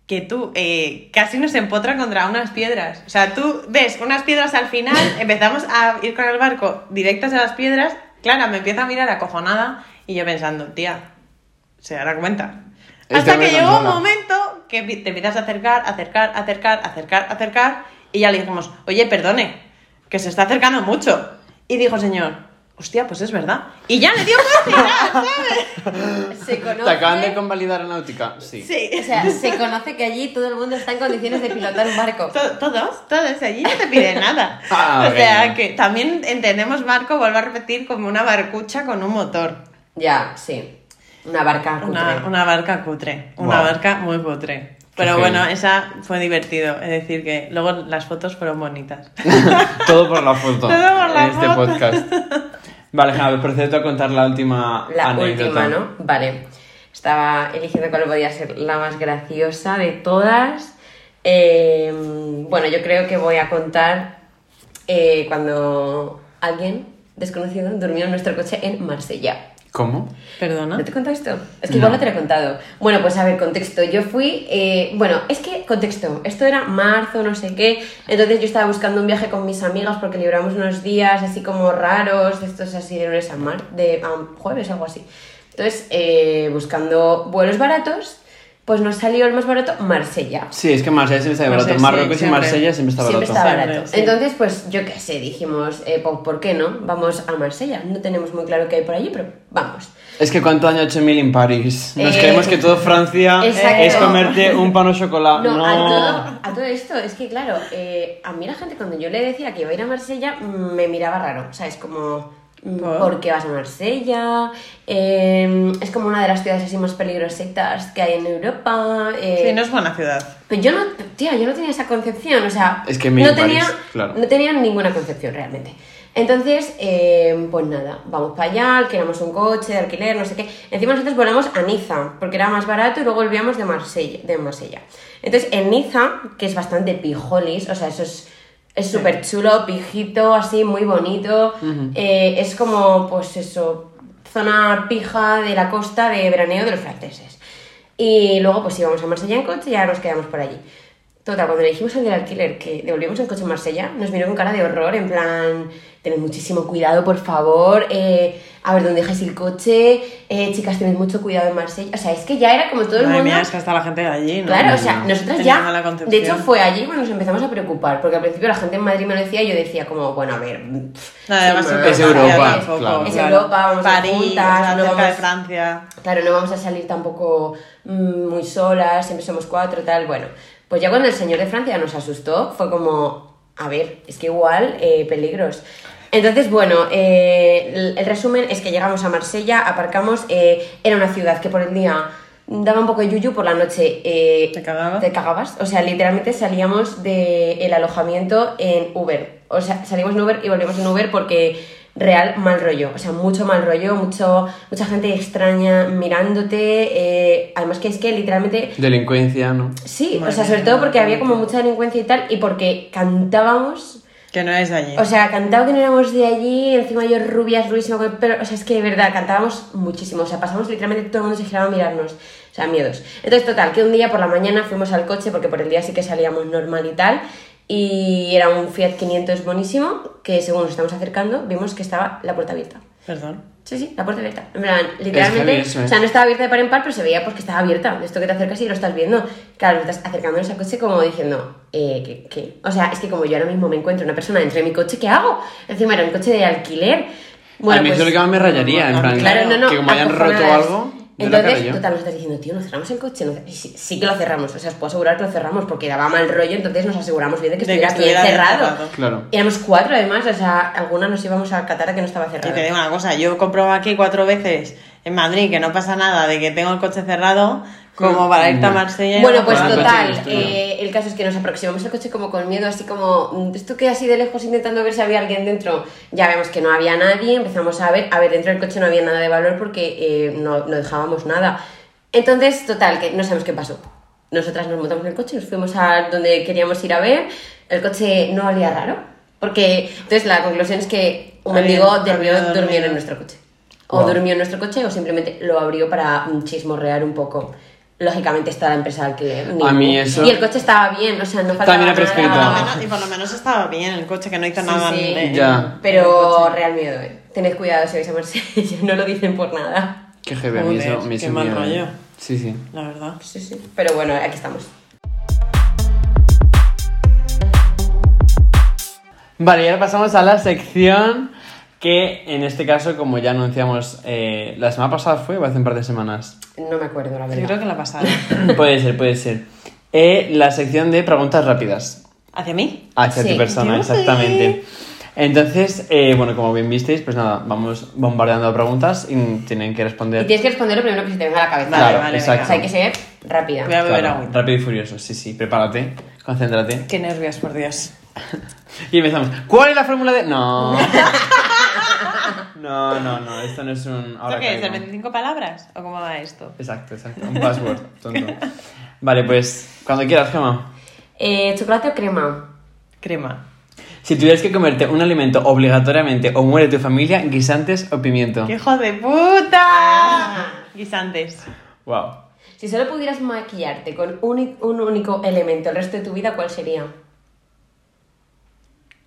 [SPEAKER 4] que tú eh, casi nos empotra contra unas piedras. O sea, tú ves unas piedras al final, empezamos a ir con el barco directas a las piedras. Clara me empieza a mirar acojonada y yo pensando, tía, se dará cuenta.
[SPEAKER 2] Este
[SPEAKER 4] Hasta
[SPEAKER 2] hombre
[SPEAKER 4] que
[SPEAKER 2] tan
[SPEAKER 4] llegó un
[SPEAKER 2] rana.
[SPEAKER 4] momento que pi- te empiezas a acercar, acercar, acercar, acercar, acercar, y ya le dijimos, oye, perdone, que se está acercando mucho. Y dijo el señor, hostia, pues es verdad. Y ya le dio velocidad, ¿sabes?
[SPEAKER 3] Se
[SPEAKER 2] ¿Te acaban de
[SPEAKER 3] conoce,
[SPEAKER 2] convalidar la náutica? Sí.
[SPEAKER 4] Sí.
[SPEAKER 3] o sea, se conoce que allí todo el mundo está en condiciones de pilotar un barco.
[SPEAKER 4] To- Todos, todos, allí no te piden nada.
[SPEAKER 2] Ah,
[SPEAKER 4] o sea
[SPEAKER 2] venga.
[SPEAKER 4] que también entendemos barco, vuelvo a repetir, como una barcucha con un motor.
[SPEAKER 3] Ya, sí. Una barca cutre.
[SPEAKER 4] Una, una barca cutre, una
[SPEAKER 2] Guau.
[SPEAKER 4] barca muy cutre. Pero
[SPEAKER 2] heavy.
[SPEAKER 4] bueno, esa fue divertido, es decir, que luego las fotos fueron bonitas.
[SPEAKER 2] Todo por la foto.
[SPEAKER 4] Todo por la
[SPEAKER 2] en este
[SPEAKER 4] foto.
[SPEAKER 2] podcast. Vale, Javi, procedo a contar la última
[SPEAKER 3] La
[SPEAKER 2] anécdota.
[SPEAKER 3] última, ¿no? Vale. Estaba eligiendo cuál podía ser la más graciosa de todas. Eh, bueno, yo creo que voy a contar eh, cuando alguien desconocido durmió en nuestro coche en Marsella.
[SPEAKER 2] ¿Cómo? ¿Ah?
[SPEAKER 4] Perdona.
[SPEAKER 3] ¿No te he contado esto? Es que igual no te lo he contado. Bueno, pues a ver, contexto. Yo fui. eh, bueno, es que, contexto. Esto era marzo, no sé qué. Entonces yo estaba buscando un viaje con mis amigas porque libramos unos días así como raros, estos así de lunes a, mar, de, a jueves, algo así. Entonces, eh, buscando vuelos baratos, pues nos salió el más barato Marsella.
[SPEAKER 2] Sí, es que Marsella siempre está barato.
[SPEAKER 4] Marsella, sí,
[SPEAKER 2] Marruecos y
[SPEAKER 4] siempre.
[SPEAKER 2] Marsella siempre está
[SPEAKER 3] Siempre
[SPEAKER 2] barato.
[SPEAKER 3] está barato.
[SPEAKER 4] Siempre, sí.
[SPEAKER 3] Entonces, pues yo qué sé, dijimos, eh, po- ¿por qué no? Vamos a Marsella. No tenemos muy claro qué hay por allí, pero vamos.
[SPEAKER 2] Es que cuánto año 8000 en París. Nos
[SPEAKER 3] Eh,
[SPEAKER 2] creemos que todo Francia
[SPEAKER 3] exacto.
[SPEAKER 2] es comerte un pan o chocolate.
[SPEAKER 3] No,
[SPEAKER 2] No.
[SPEAKER 3] A, todo, a todo esto, es que claro, eh, a mí la gente cuando yo le decía que iba a ir a Marsella mm, me miraba raro, o sea, es como, mm,
[SPEAKER 4] ¿Por?
[SPEAKER 3] ¿por qué vas a Marsella? Eh, es como una de las ciudades así más peligrositas que hay en Europa. eh,
[SPEAKER 4] Sí, no es buena ciudad.
[SPEAKER 3] Pero yo no, tía, yo no tenía esa concepción, o sea,
[SPEAKER 2] Es que me
[SPEAKER 3] no,
[SPEAKER 2] iba a París,
[SPEAKER 3] tenía,
[SPEAKER 2] claro.
[SPEAKER 3] no tenía ninguna concepción realmente. Entonces, eh, pues nada, vamos para allá, alquilamos un coche de alquiler, no sé qué. Encima nosotros volamos a Niza, porque era más barato y luego volvíamos de Marsella. De Marsella. Entonces, en Niza, que es bastante pijolis, o sea, eso es... Es súper chulo, pijito, así, muy bonito. Eh, es como, pues eso, zona pija de la costa de veraneo de los franceses. Y luego, pues íbamos a Marsella en coche y ya nos quedamos por allí. Total, cuando le dijimos al del alquiler que devolvíamos el coche a Marsella, nos miró con cara de horror, en plan, tened muchísimo cuidado, por favor, eh, a ver dónde dejáis el coche, eh, chicas, tened mucho cuidado en Marsella. O sea, es que ya era como todo el
[SPEAKER 4] Madre
[SPEAKER 3] mundo...
[SPEAKER 4] mía, es que hasta la gente de allí, ¿no?
[SPEAKER 3] Claro, o sea,
[SPEAKER 2] no.
[SPEAKER 3] nosotras
[SPEAKER 4] Tenía
[SPEAKER 3] ya.
[SPEAKER 4] mala
[SPEAKER 3] De
[SPEAKER 4] concepción.
[SPEAKER 3] hecho, fue allí cuando nos empezamos a preocupar, porque al principio la gente en Madrid me lo decía y yo decía, como, bueno, a ver. pff,
[SPEAKER 4] Nada, además
[SPEAKER 3] sí,
[SPEAKER 4] siempre
[SPEAKER 3] bueno,
[SPEAKER 2] Es Europa,
[SPEAKER 4] está allí tampoco,
[SPEAKER 2] claro.
[SPEAKER 3] Es Europa, vamos a ir
[SPEAKER 4] París,
[SPEAKER 3] juntas,
[SPEAKER 4] o sea,
[SPEAKER 3] no
[SPEAKER 4] cerca
[SPEAKER 3] vamos-
[SPEAKER 4] de Francia.
[SPEAKER 3] Claro, no vamos a salir tampoco mm, muy solas, siempre somos cuatro, tal. Bueno, pues ya cuando el señor de Francia nos asustó, fue como, a ver, es que igual, eh, peligros. Entonces, bueno, eh, el, el resumen es que llegamos a Marsella, aparcamos, eh, era una ciudad que por el día daba un poco de yuyu, por la noche eh,
[SPEAKER 4] Te cagaba.
[SPEAKER 3] te cagabas. O sea, literalmente salíamos del alojamiento en Uber. O sea, salimos en Uber y volvimos en Uber porque real mal rollo, o sea, mucho mal rollo, mucho, mucha gente extraña mirándote, eh, además que es que literalmente
[SPEAKER 2] Delincuencia, ¿no?
[SPEAKER 3] Sí,
[SPEAKER 4] Madre
[SPEAKER 3] o sea, sobre todo porque
[SPEAKER 4] mía.
[SPEAKER 3] había como mucha delincuencia y tal, y porque cantábamos,
[SPEAKER 4] Que no es de allí.
[SPEAKER 3] o sea, cantaba que no éramos de allí, encima yo rubias, rubísima, con el pelo, o sea, es que de verdad, cantábamos muchísimo, o sea, pasamos literalmente todo el mundo se giraba a mirarnos, o sea, miedos. Entonces, total, que un día por la mañana fuimos al coche, porque por el día sí que salíamos normal y tal, y era un Fiat 500 buenísimo, que según nos estamos acercando, vimos que estaba la puerta abierta.
[SPEAKER 4] Perdón.
[SPEAKER 3] Sí, sí, la puerta abierta. En plan, literalmente,
[SPEAKER 2] Es heavy eso, ¿eh?
[SPEAKER 3] o sea, no estaba abierta de par en par, pero se veía porque estaba abierta. De esto que te acercas y lo estás viendo. Claro, estás acercándonos al coche como diciendo, eh, ¿qué, qué? O sea, es que como yo ahora mismo me encuentro una persona dentro de mi coche, ¿qué hago? Encima era un coche de alquiler. pues,
[SPEAKER 2] a mí eso es lo que más me rayaría, en
[SPEAKER 4] no,
[SPEAKER 2] plan,
[SPEAKER 4] claro, no, no,
[SPEAKER 2] que como hayan roto
[SPEAKER 3] acojonadas.
[SPEAKER 2] algo, yo la
[SPEAKER 3] Entonces,
[SPEAKER 2] rayo.
[SPEAKER 3] total, nos estás diciendo, tío, nos cerramos el coche. No cer- y sí, sí que lo cerramos, o sea, os puedo asegurar que lo cerramos porque daba mal rollo, entonces nos aseguramos bien de que
[SPEAKER 4] De que
[SPEAKER 3] estuviera bien
[SPEAKER 4] estuviera
[SPEAKER 3] cerrado.
[SPEAKER 4] cerrado.
[SPEAKER 2] Claro.
[SPEAKER 3] Éramos cuatro además, o sea, algunas nos íbamos a Qatar que no estaba
[SPEAKER 4] Y
[SPEAKER 3] cerrado.
[SPEAKER 4] te digo una cosa, yo compro aquí cuatro veces en Madrid que no pasa nada de que tengo el coche cerrado, como para irte a Marsella. y
[SPEAKER 3] Bueno,
[SPEAKER 4] no
[SPEAKER 3] pues
[SPEAKER 4] pasa
[SPEAKER 2] Bueno,
[SPEAKER 4] nada.
[SPEAKER 2] coche
[SPEAKER 3] total,
[SPEAKER 2] que estuvo.
[SPEAKER 3] eh, el caso es que nos aproximamos al coche como con miedo, así como, mm, esto que así de lejos intentando ver si había alguien dentro, ya vemos que no había nadie, empezamos a ver, a ver, dentro del coche no había nada de valor porque eh, no, no dejábamos nada. Entonces, total, que no sabemos qué pasó. Nosotras nos montamos en el coche, nos fuimos a donde queríamos ir a ver, el coche no olía raro, porque entonces la conclusión es que un
[SPEAKER 4] Alguien
[SPEAKER 3] mendigo durmió,
[SPEAKER 4] dormido,
[SPEAKER 3] durmió en
[SPEAKER 4] dormido.
[SPEAKER 3] nuestro coche. O
[SPEAKER 2] Wow.
[SPEAKER 3] durmió en nuestro coche o simplemente lo abrió para mm, chismorrear un poco. Lógicamente está la empresa al que...
[SPEAKER 2] A mí eso-
[SPEAKER 3] Y el coche estaba bien, o sea, no faltaba
[SPEAKER 2] También ha prescrito.
[SPEAKER 4] Por lo
[SPEAKER 3] nada.
[SPEAKER 4] menos- y por lo menos estaba bien el coche, que no hizo
[SPEAKER 3] Sí,
[SPEAKER 4] nada.
[SPEAKER 3] sí.
[SPEAKER 4] en- en-
[SPEAKER 2] Ya.
[SPEAKER 3] Pero real miedo, eh. Tened cuidado si vais a Marsella, no lo dicen por nada.
[SPEAKER 2] Qué heavy, a mí eso
[SPEAKER 4] Joder,
[SPEAKER 2] me hizo
[SPEAKER 4] qué mal
[SPEAKER 2] miedo.
[SPEAKER 4] rollo.
[SPEAKER 2] Sí, sí.
[SPEAKER 4] La verdad. pues,
[SPEAKER 3] Sí, sí. Pero bueno, aquí estamos.
[SPEAKER 2] Vale, y ahora pasamos a la sección que en este caso, como ya anunciamos, eh, la semana pasada fue, o hace un par de semanas.
[SPEAKER 3] No me acuerdo, la
[SPEAKER 4] Yo creo
[SPEAKER 3] verdad.
[SPEAKER 4] que la pasada.
[SPEAKER 2] puede ser, puede ser. Eh, la sección de preguntas rápidas.
[SPEAKER 4] ¿Hacia mí?
[SPEAKER 2] Hacia
[SPEAKER 3] Sí.
[SPEAKER 2] tu persona,
[SPEAKER 4] Yo sé.
[SPEAKER 2] exactamente. Entonces, eh, bueno, como bien visteis, pues nada, vamos bombardeando preguntas y tienen que
[SPEAKER 3] Y
[SPEAKER 2] responder.
[SPEAKER 3] tienes que responder lo primero que se te venga a la cabeza.
[SPEAKER 4] Vale,
[SPEAKER 2] claro,
[SPEAKER 4] vale,
[SPEAKER 2] exacto.
[SPEAKER 3] O sea, hay que ser rápida.
[SPEAKER 4] Voy a beber
[SPEAKER 2] Claro,
[SPEAKER 4] agua.
[SPEAKER 2] rápido y furioso, sí, sí, prepárate, concéntrate.
[SPEAKER 4] Qué nervios, por Dios.
[SPEAKER 2] Y empezamos. ¿Cuál es la fórmula de.? No. No, no, no, esto no es un. Ahora
[SPEAKER 4] ¿Esto qué es? ¿De
[SPEAKER 2] caigo.
[SPEAKER 4] 25 palabras? ¿O cómo va esto?
[SPEAKER 2] Exacto, exacto. Un password, tonto. Vale, pues cuando quieras, Gemma.
[SPEAKER 3] Eh, ¿Chocolate o crema?
[SPEAKER 4] Crema.
[SPEAKER 2] Si tuvieras que comerte un alimento obligatoriamente o muere tu familia, guisantes o pimiento.
[SPEAKER 4] ¡Qué hijo de
[SPEAKER 3] Ah.
[SPEAKER 4] puta! Guisantes.
[SPEAKER 2] Wow.
[SPEAKER 3] Si solo pudieras maquillarte con un, un único elemento el resto de tu vida, ¿cuál sería?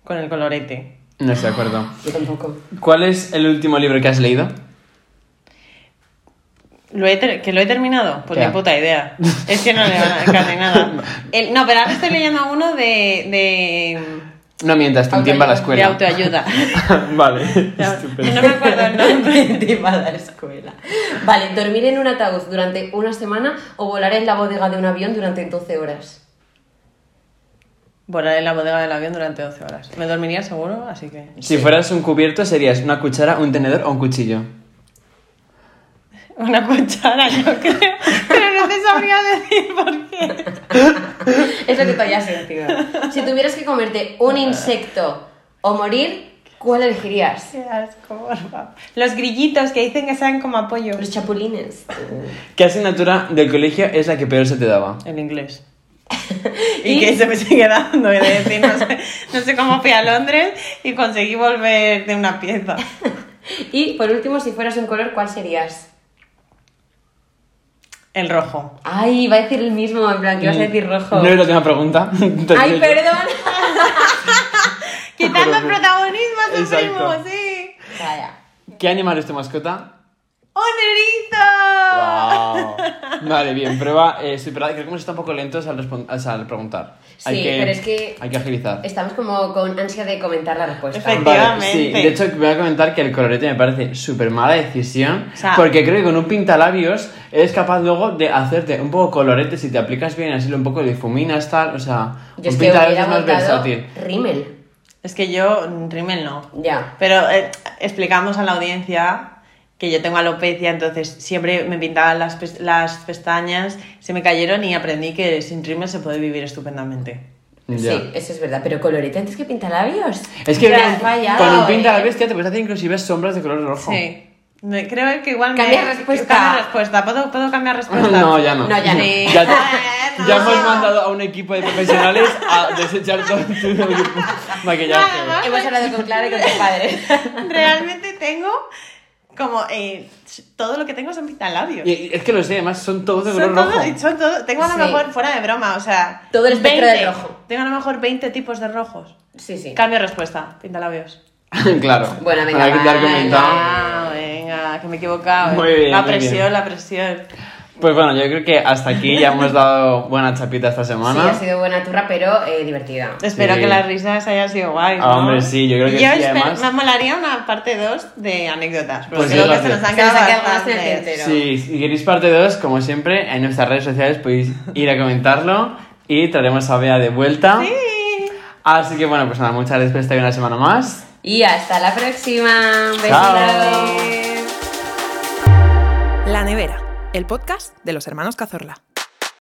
[SPEAKER 4] Con el colorete.
[SPEAKER 2] No estoy de acuerdo.
[SPEAKER 3] Yo tampoco.
[SPEAKER 2] ¿Cuál es el último libro que has leído?
[SPEAKER 4] ¿Lo he ter- ¿Que lo he terminado? Pues
[SPEAKER 2] Ya.
[SPEAKER 4] ni puta idea. Es que no le van a casi nada. El- no, pero ahora estoy leyendo uno de,
[SPEAKER 2] No mientas, te
[SPEAKER 3] Autoayuda.
[SPEAKER 2] entiendo a la
[SPEAKER 4] de, de
[SPEAKER 2] escuela.
[SPEAKER 4] autoayuda.
[SPEAKER 2] vale.
[SPEAKER 4] No
[SPEAKER 2] Estupendo.
[SPEAKER 4] me acuerdo el nombre.
[SPEAKER 3] tema de la escuela. Vale, dormir en un ataúd durante una semana o volar en la bodega de un avión durante 12 horas.
[SPEAKER 4] Volar en la bodega del avión durante 12 horas. Me dormiría seguro, así que.
[SPEAKER 2] Si fueras un cubierto, serías una cuchara, un tenedor o un cuchillo.
[SPEAKER 4] Una cuchara, yo creo. Pero no te sabría decir por qué.
[SPEAKER 3] Es lo que te haya sentido. Si tuvieras que comerte un insecto o morir, ¿cuál elegirías?
[SPEAKER 4] Qué asco, por favor. Los grillitos que dicen que saben como apoyo.
[SPEAKER 3] Los chapulines.
[SPEAKER 2] ¿Qué asignatura del colegio es la que peor se te daba?
[SPEAKER 4] El inglés.
[SPEAKER 3] Y-
[SPEAKER 4] Y, que se me sigue dando, he de decir, no sé, no sé cómo fui a Londres y conseguí volver de una pieza.
[SPEAKER 3] Y por último, si fueras un color, ¿cuál serías?
[SPEAKER 4] El rojo.
[SPEAKER 3] Ay, va a decir el mismo, en plan, que vas a decir rojo.
[SPEAKER 2] No es la última pregunta. Entonces-
[SPEAKER 3] Ay, perdón.
[SPEAKER 4] Quitando protagonismo a su
[SPEAKER 2] Exacto.
[SPEAKER 4] primo, sí. ¡Oh,
[SPEAKER 3] Vaya.
[SPEAKER 2] ¿Qué animal es tu mascota?
[SPEAKER 4] ¡Honerito!
[SPEAKER 2] Wow. Vale, bien, prueba. Eh, superada. Creo que hemos estado un poco lentos al, respon- o sea, al preguntar.
[SPEAKER 3] Sí, pero es que-
[SPEAKER 2] Hay que agilizar.
[SPEAKER 3] Estamos como con ansia de comentar la respuesta.
[SPEAKER 4] Efectivamente.
[SPEAKER 2] Vale, sí. De hecho, voy a comentar que el colorete me parece súper mala decisión.
[SPEAKER 4] O sea-
[SPEAKER 2] porque creo que con un pintalabios eres capaz luego de hacerte un poco colorete si te aplicas bien, así lo un poco difuminas, tal. O sea,
[SPEAKER 3] Yo es
[SPEAKER 2] un
[SPEAKER 3] que
[SPEAKER 2] pintalabios
[SPEAKER 3] hubiera
[SPEAKER 2] es más
[SPEAKER 3] votado
[SPEAKER 2] versátil.
[SPEAKER 3] Rimmel.
[SPEAKER 4] Es que yo, mm, Rimmel no.
[SPEAKER 3] Ya.
[SPEAKER 4] Pero eh, explicamos a la audiencia que yo tengo alopecia, entonces siempre me pintaban las, pes- las pestañas, se me cayeron y aprendí que sin Rimmel se puede vivir estupendamente.
[SPEAKER 2] Ya.
[SPEAKER 3] Sí, eso es verdad. Pero colorete antes que pintalabios.
[SPEAKER 2] Es que
[SPEAKER 3] Te
[SPEAKER 2] con,
[SPEAKER 3] has fallado,
[SPEAKER 2] con un pinta la
[SPEAKER 3] ¿eh?
[SPEAKER 2] bestia te puedes hacer inclusive sombras de color rojo.
[SPEAKER 4] Sí. Me- Creo que igual
[SPEAKER 3] Cambia
[SPEAKER 4] me...
[SPEAKER 3] respuesta.
[SPEAKER 4] Cambia respuesta. ¿Puedo, puedo cambiar respuesta?
[SPEAKER 2] No, ya no.
[SPEAKER 3] No, ya no.
[SPEAKER 4] Sí.
[SPEAKER 2] Ya,
[SPEAKER 4] Bueno.
[SPEAKER 2] ya hemos mandado a un equipo de profesionales a desechar todo tu maquillaje.
[SPEAKER 4] Nada más.
[SPEAKER 3] Hemos hablado con Clara y con tu padre.
[SPEAKER 4] Realmente tengo como... eh, todo lo que tengo son pintalabios.
[SPEAKER 2] Y- y es que lo sé, además son todos de color
[SPEAKER 4] Son todo-
[SPEAKER 2] rojo.
[SPEAKER 4] son todo- tengo a lo
[SPEAKER 3] Sí.
[SPEAKER 4] mejor, fuera de broma, o sea...
[SPEAKER 3] Todo el espectro del rojo.
[SPEAKER 4] Tengo a lo mejor 20 tipos de rojos.
[SPEAKER 3] Sí, sí.
[SPEAKER 4] Cambio respuesta, pintalabios.
[SPEAKER 2] claro.
[SPEAKER 3] Bueno, venga,
[SPEAKER 2] Para quitar
[SPEAKER 3] va,
[SPEAKER 2] comentado.
[SPEAKER 4] Ah, venga, que me he equivocado. eh.
[SPEAKER 2] Muy bien,
[SPEAKER 4] la
[SPEAKER 2] muy bien.
[SPEAKER 4] presión, la presión.
[SPEAKER 2] Pues bueno, yo creo que hasta aquí ya hemos dado buena chapita esta semana.
[SPEAKER 3] Sí, ha sido buena turra, pero eh, divertida.
[SPEAKER 4] Espero
[SPEAKER 2] Sí.
[SPEAKER 4] que las risas hayan sido guays.
[SPEAKER 2] Ah,
[SPEAKER 4] ¿no?
[SPEAKER 2] hombre, sí, yo creo que sí,
[SPEAKER 4] espero-
[SPEAKER 2] además.
[SPEAKER 4] me molaría una parte 2 de anécdotas. Porque
[SPEAKER 2] Pues
[SPEAKER 4] creo
[SPEAKER 2] sí,
[SPEAKER 4] que
[SPEAKER 2] lo
[SPEAKER 4] se nos
[SPEAKER 2] sé.
[SPEAKER 4] han
[SPEAKER 3] Se nos
[SPEAKER 4] quedado
[SPEAKER 3] han quedado algunas en el
[SPEAKER 4] bastantes.
[SPEAKER 3] tintero.
[SPEAKER 2] Sí, si queréis parte 2, como siempre, en nuestras redes sociales podéis ir a comentarlo y traeremos a Bea de vuelta.
[SPEAKER 4] Sí.
[SPEAKER 2] Así que bueno, pues nada, muchas gracias por estar aquí una semana más.
[SPEAKER 3] Y hasta la próxima. Un
[SPEAKER 2] Chao.
[SPEAKER 3] besito.
[SPEAKER 1] La Nevera, el podcast de los hermanos Cazorla.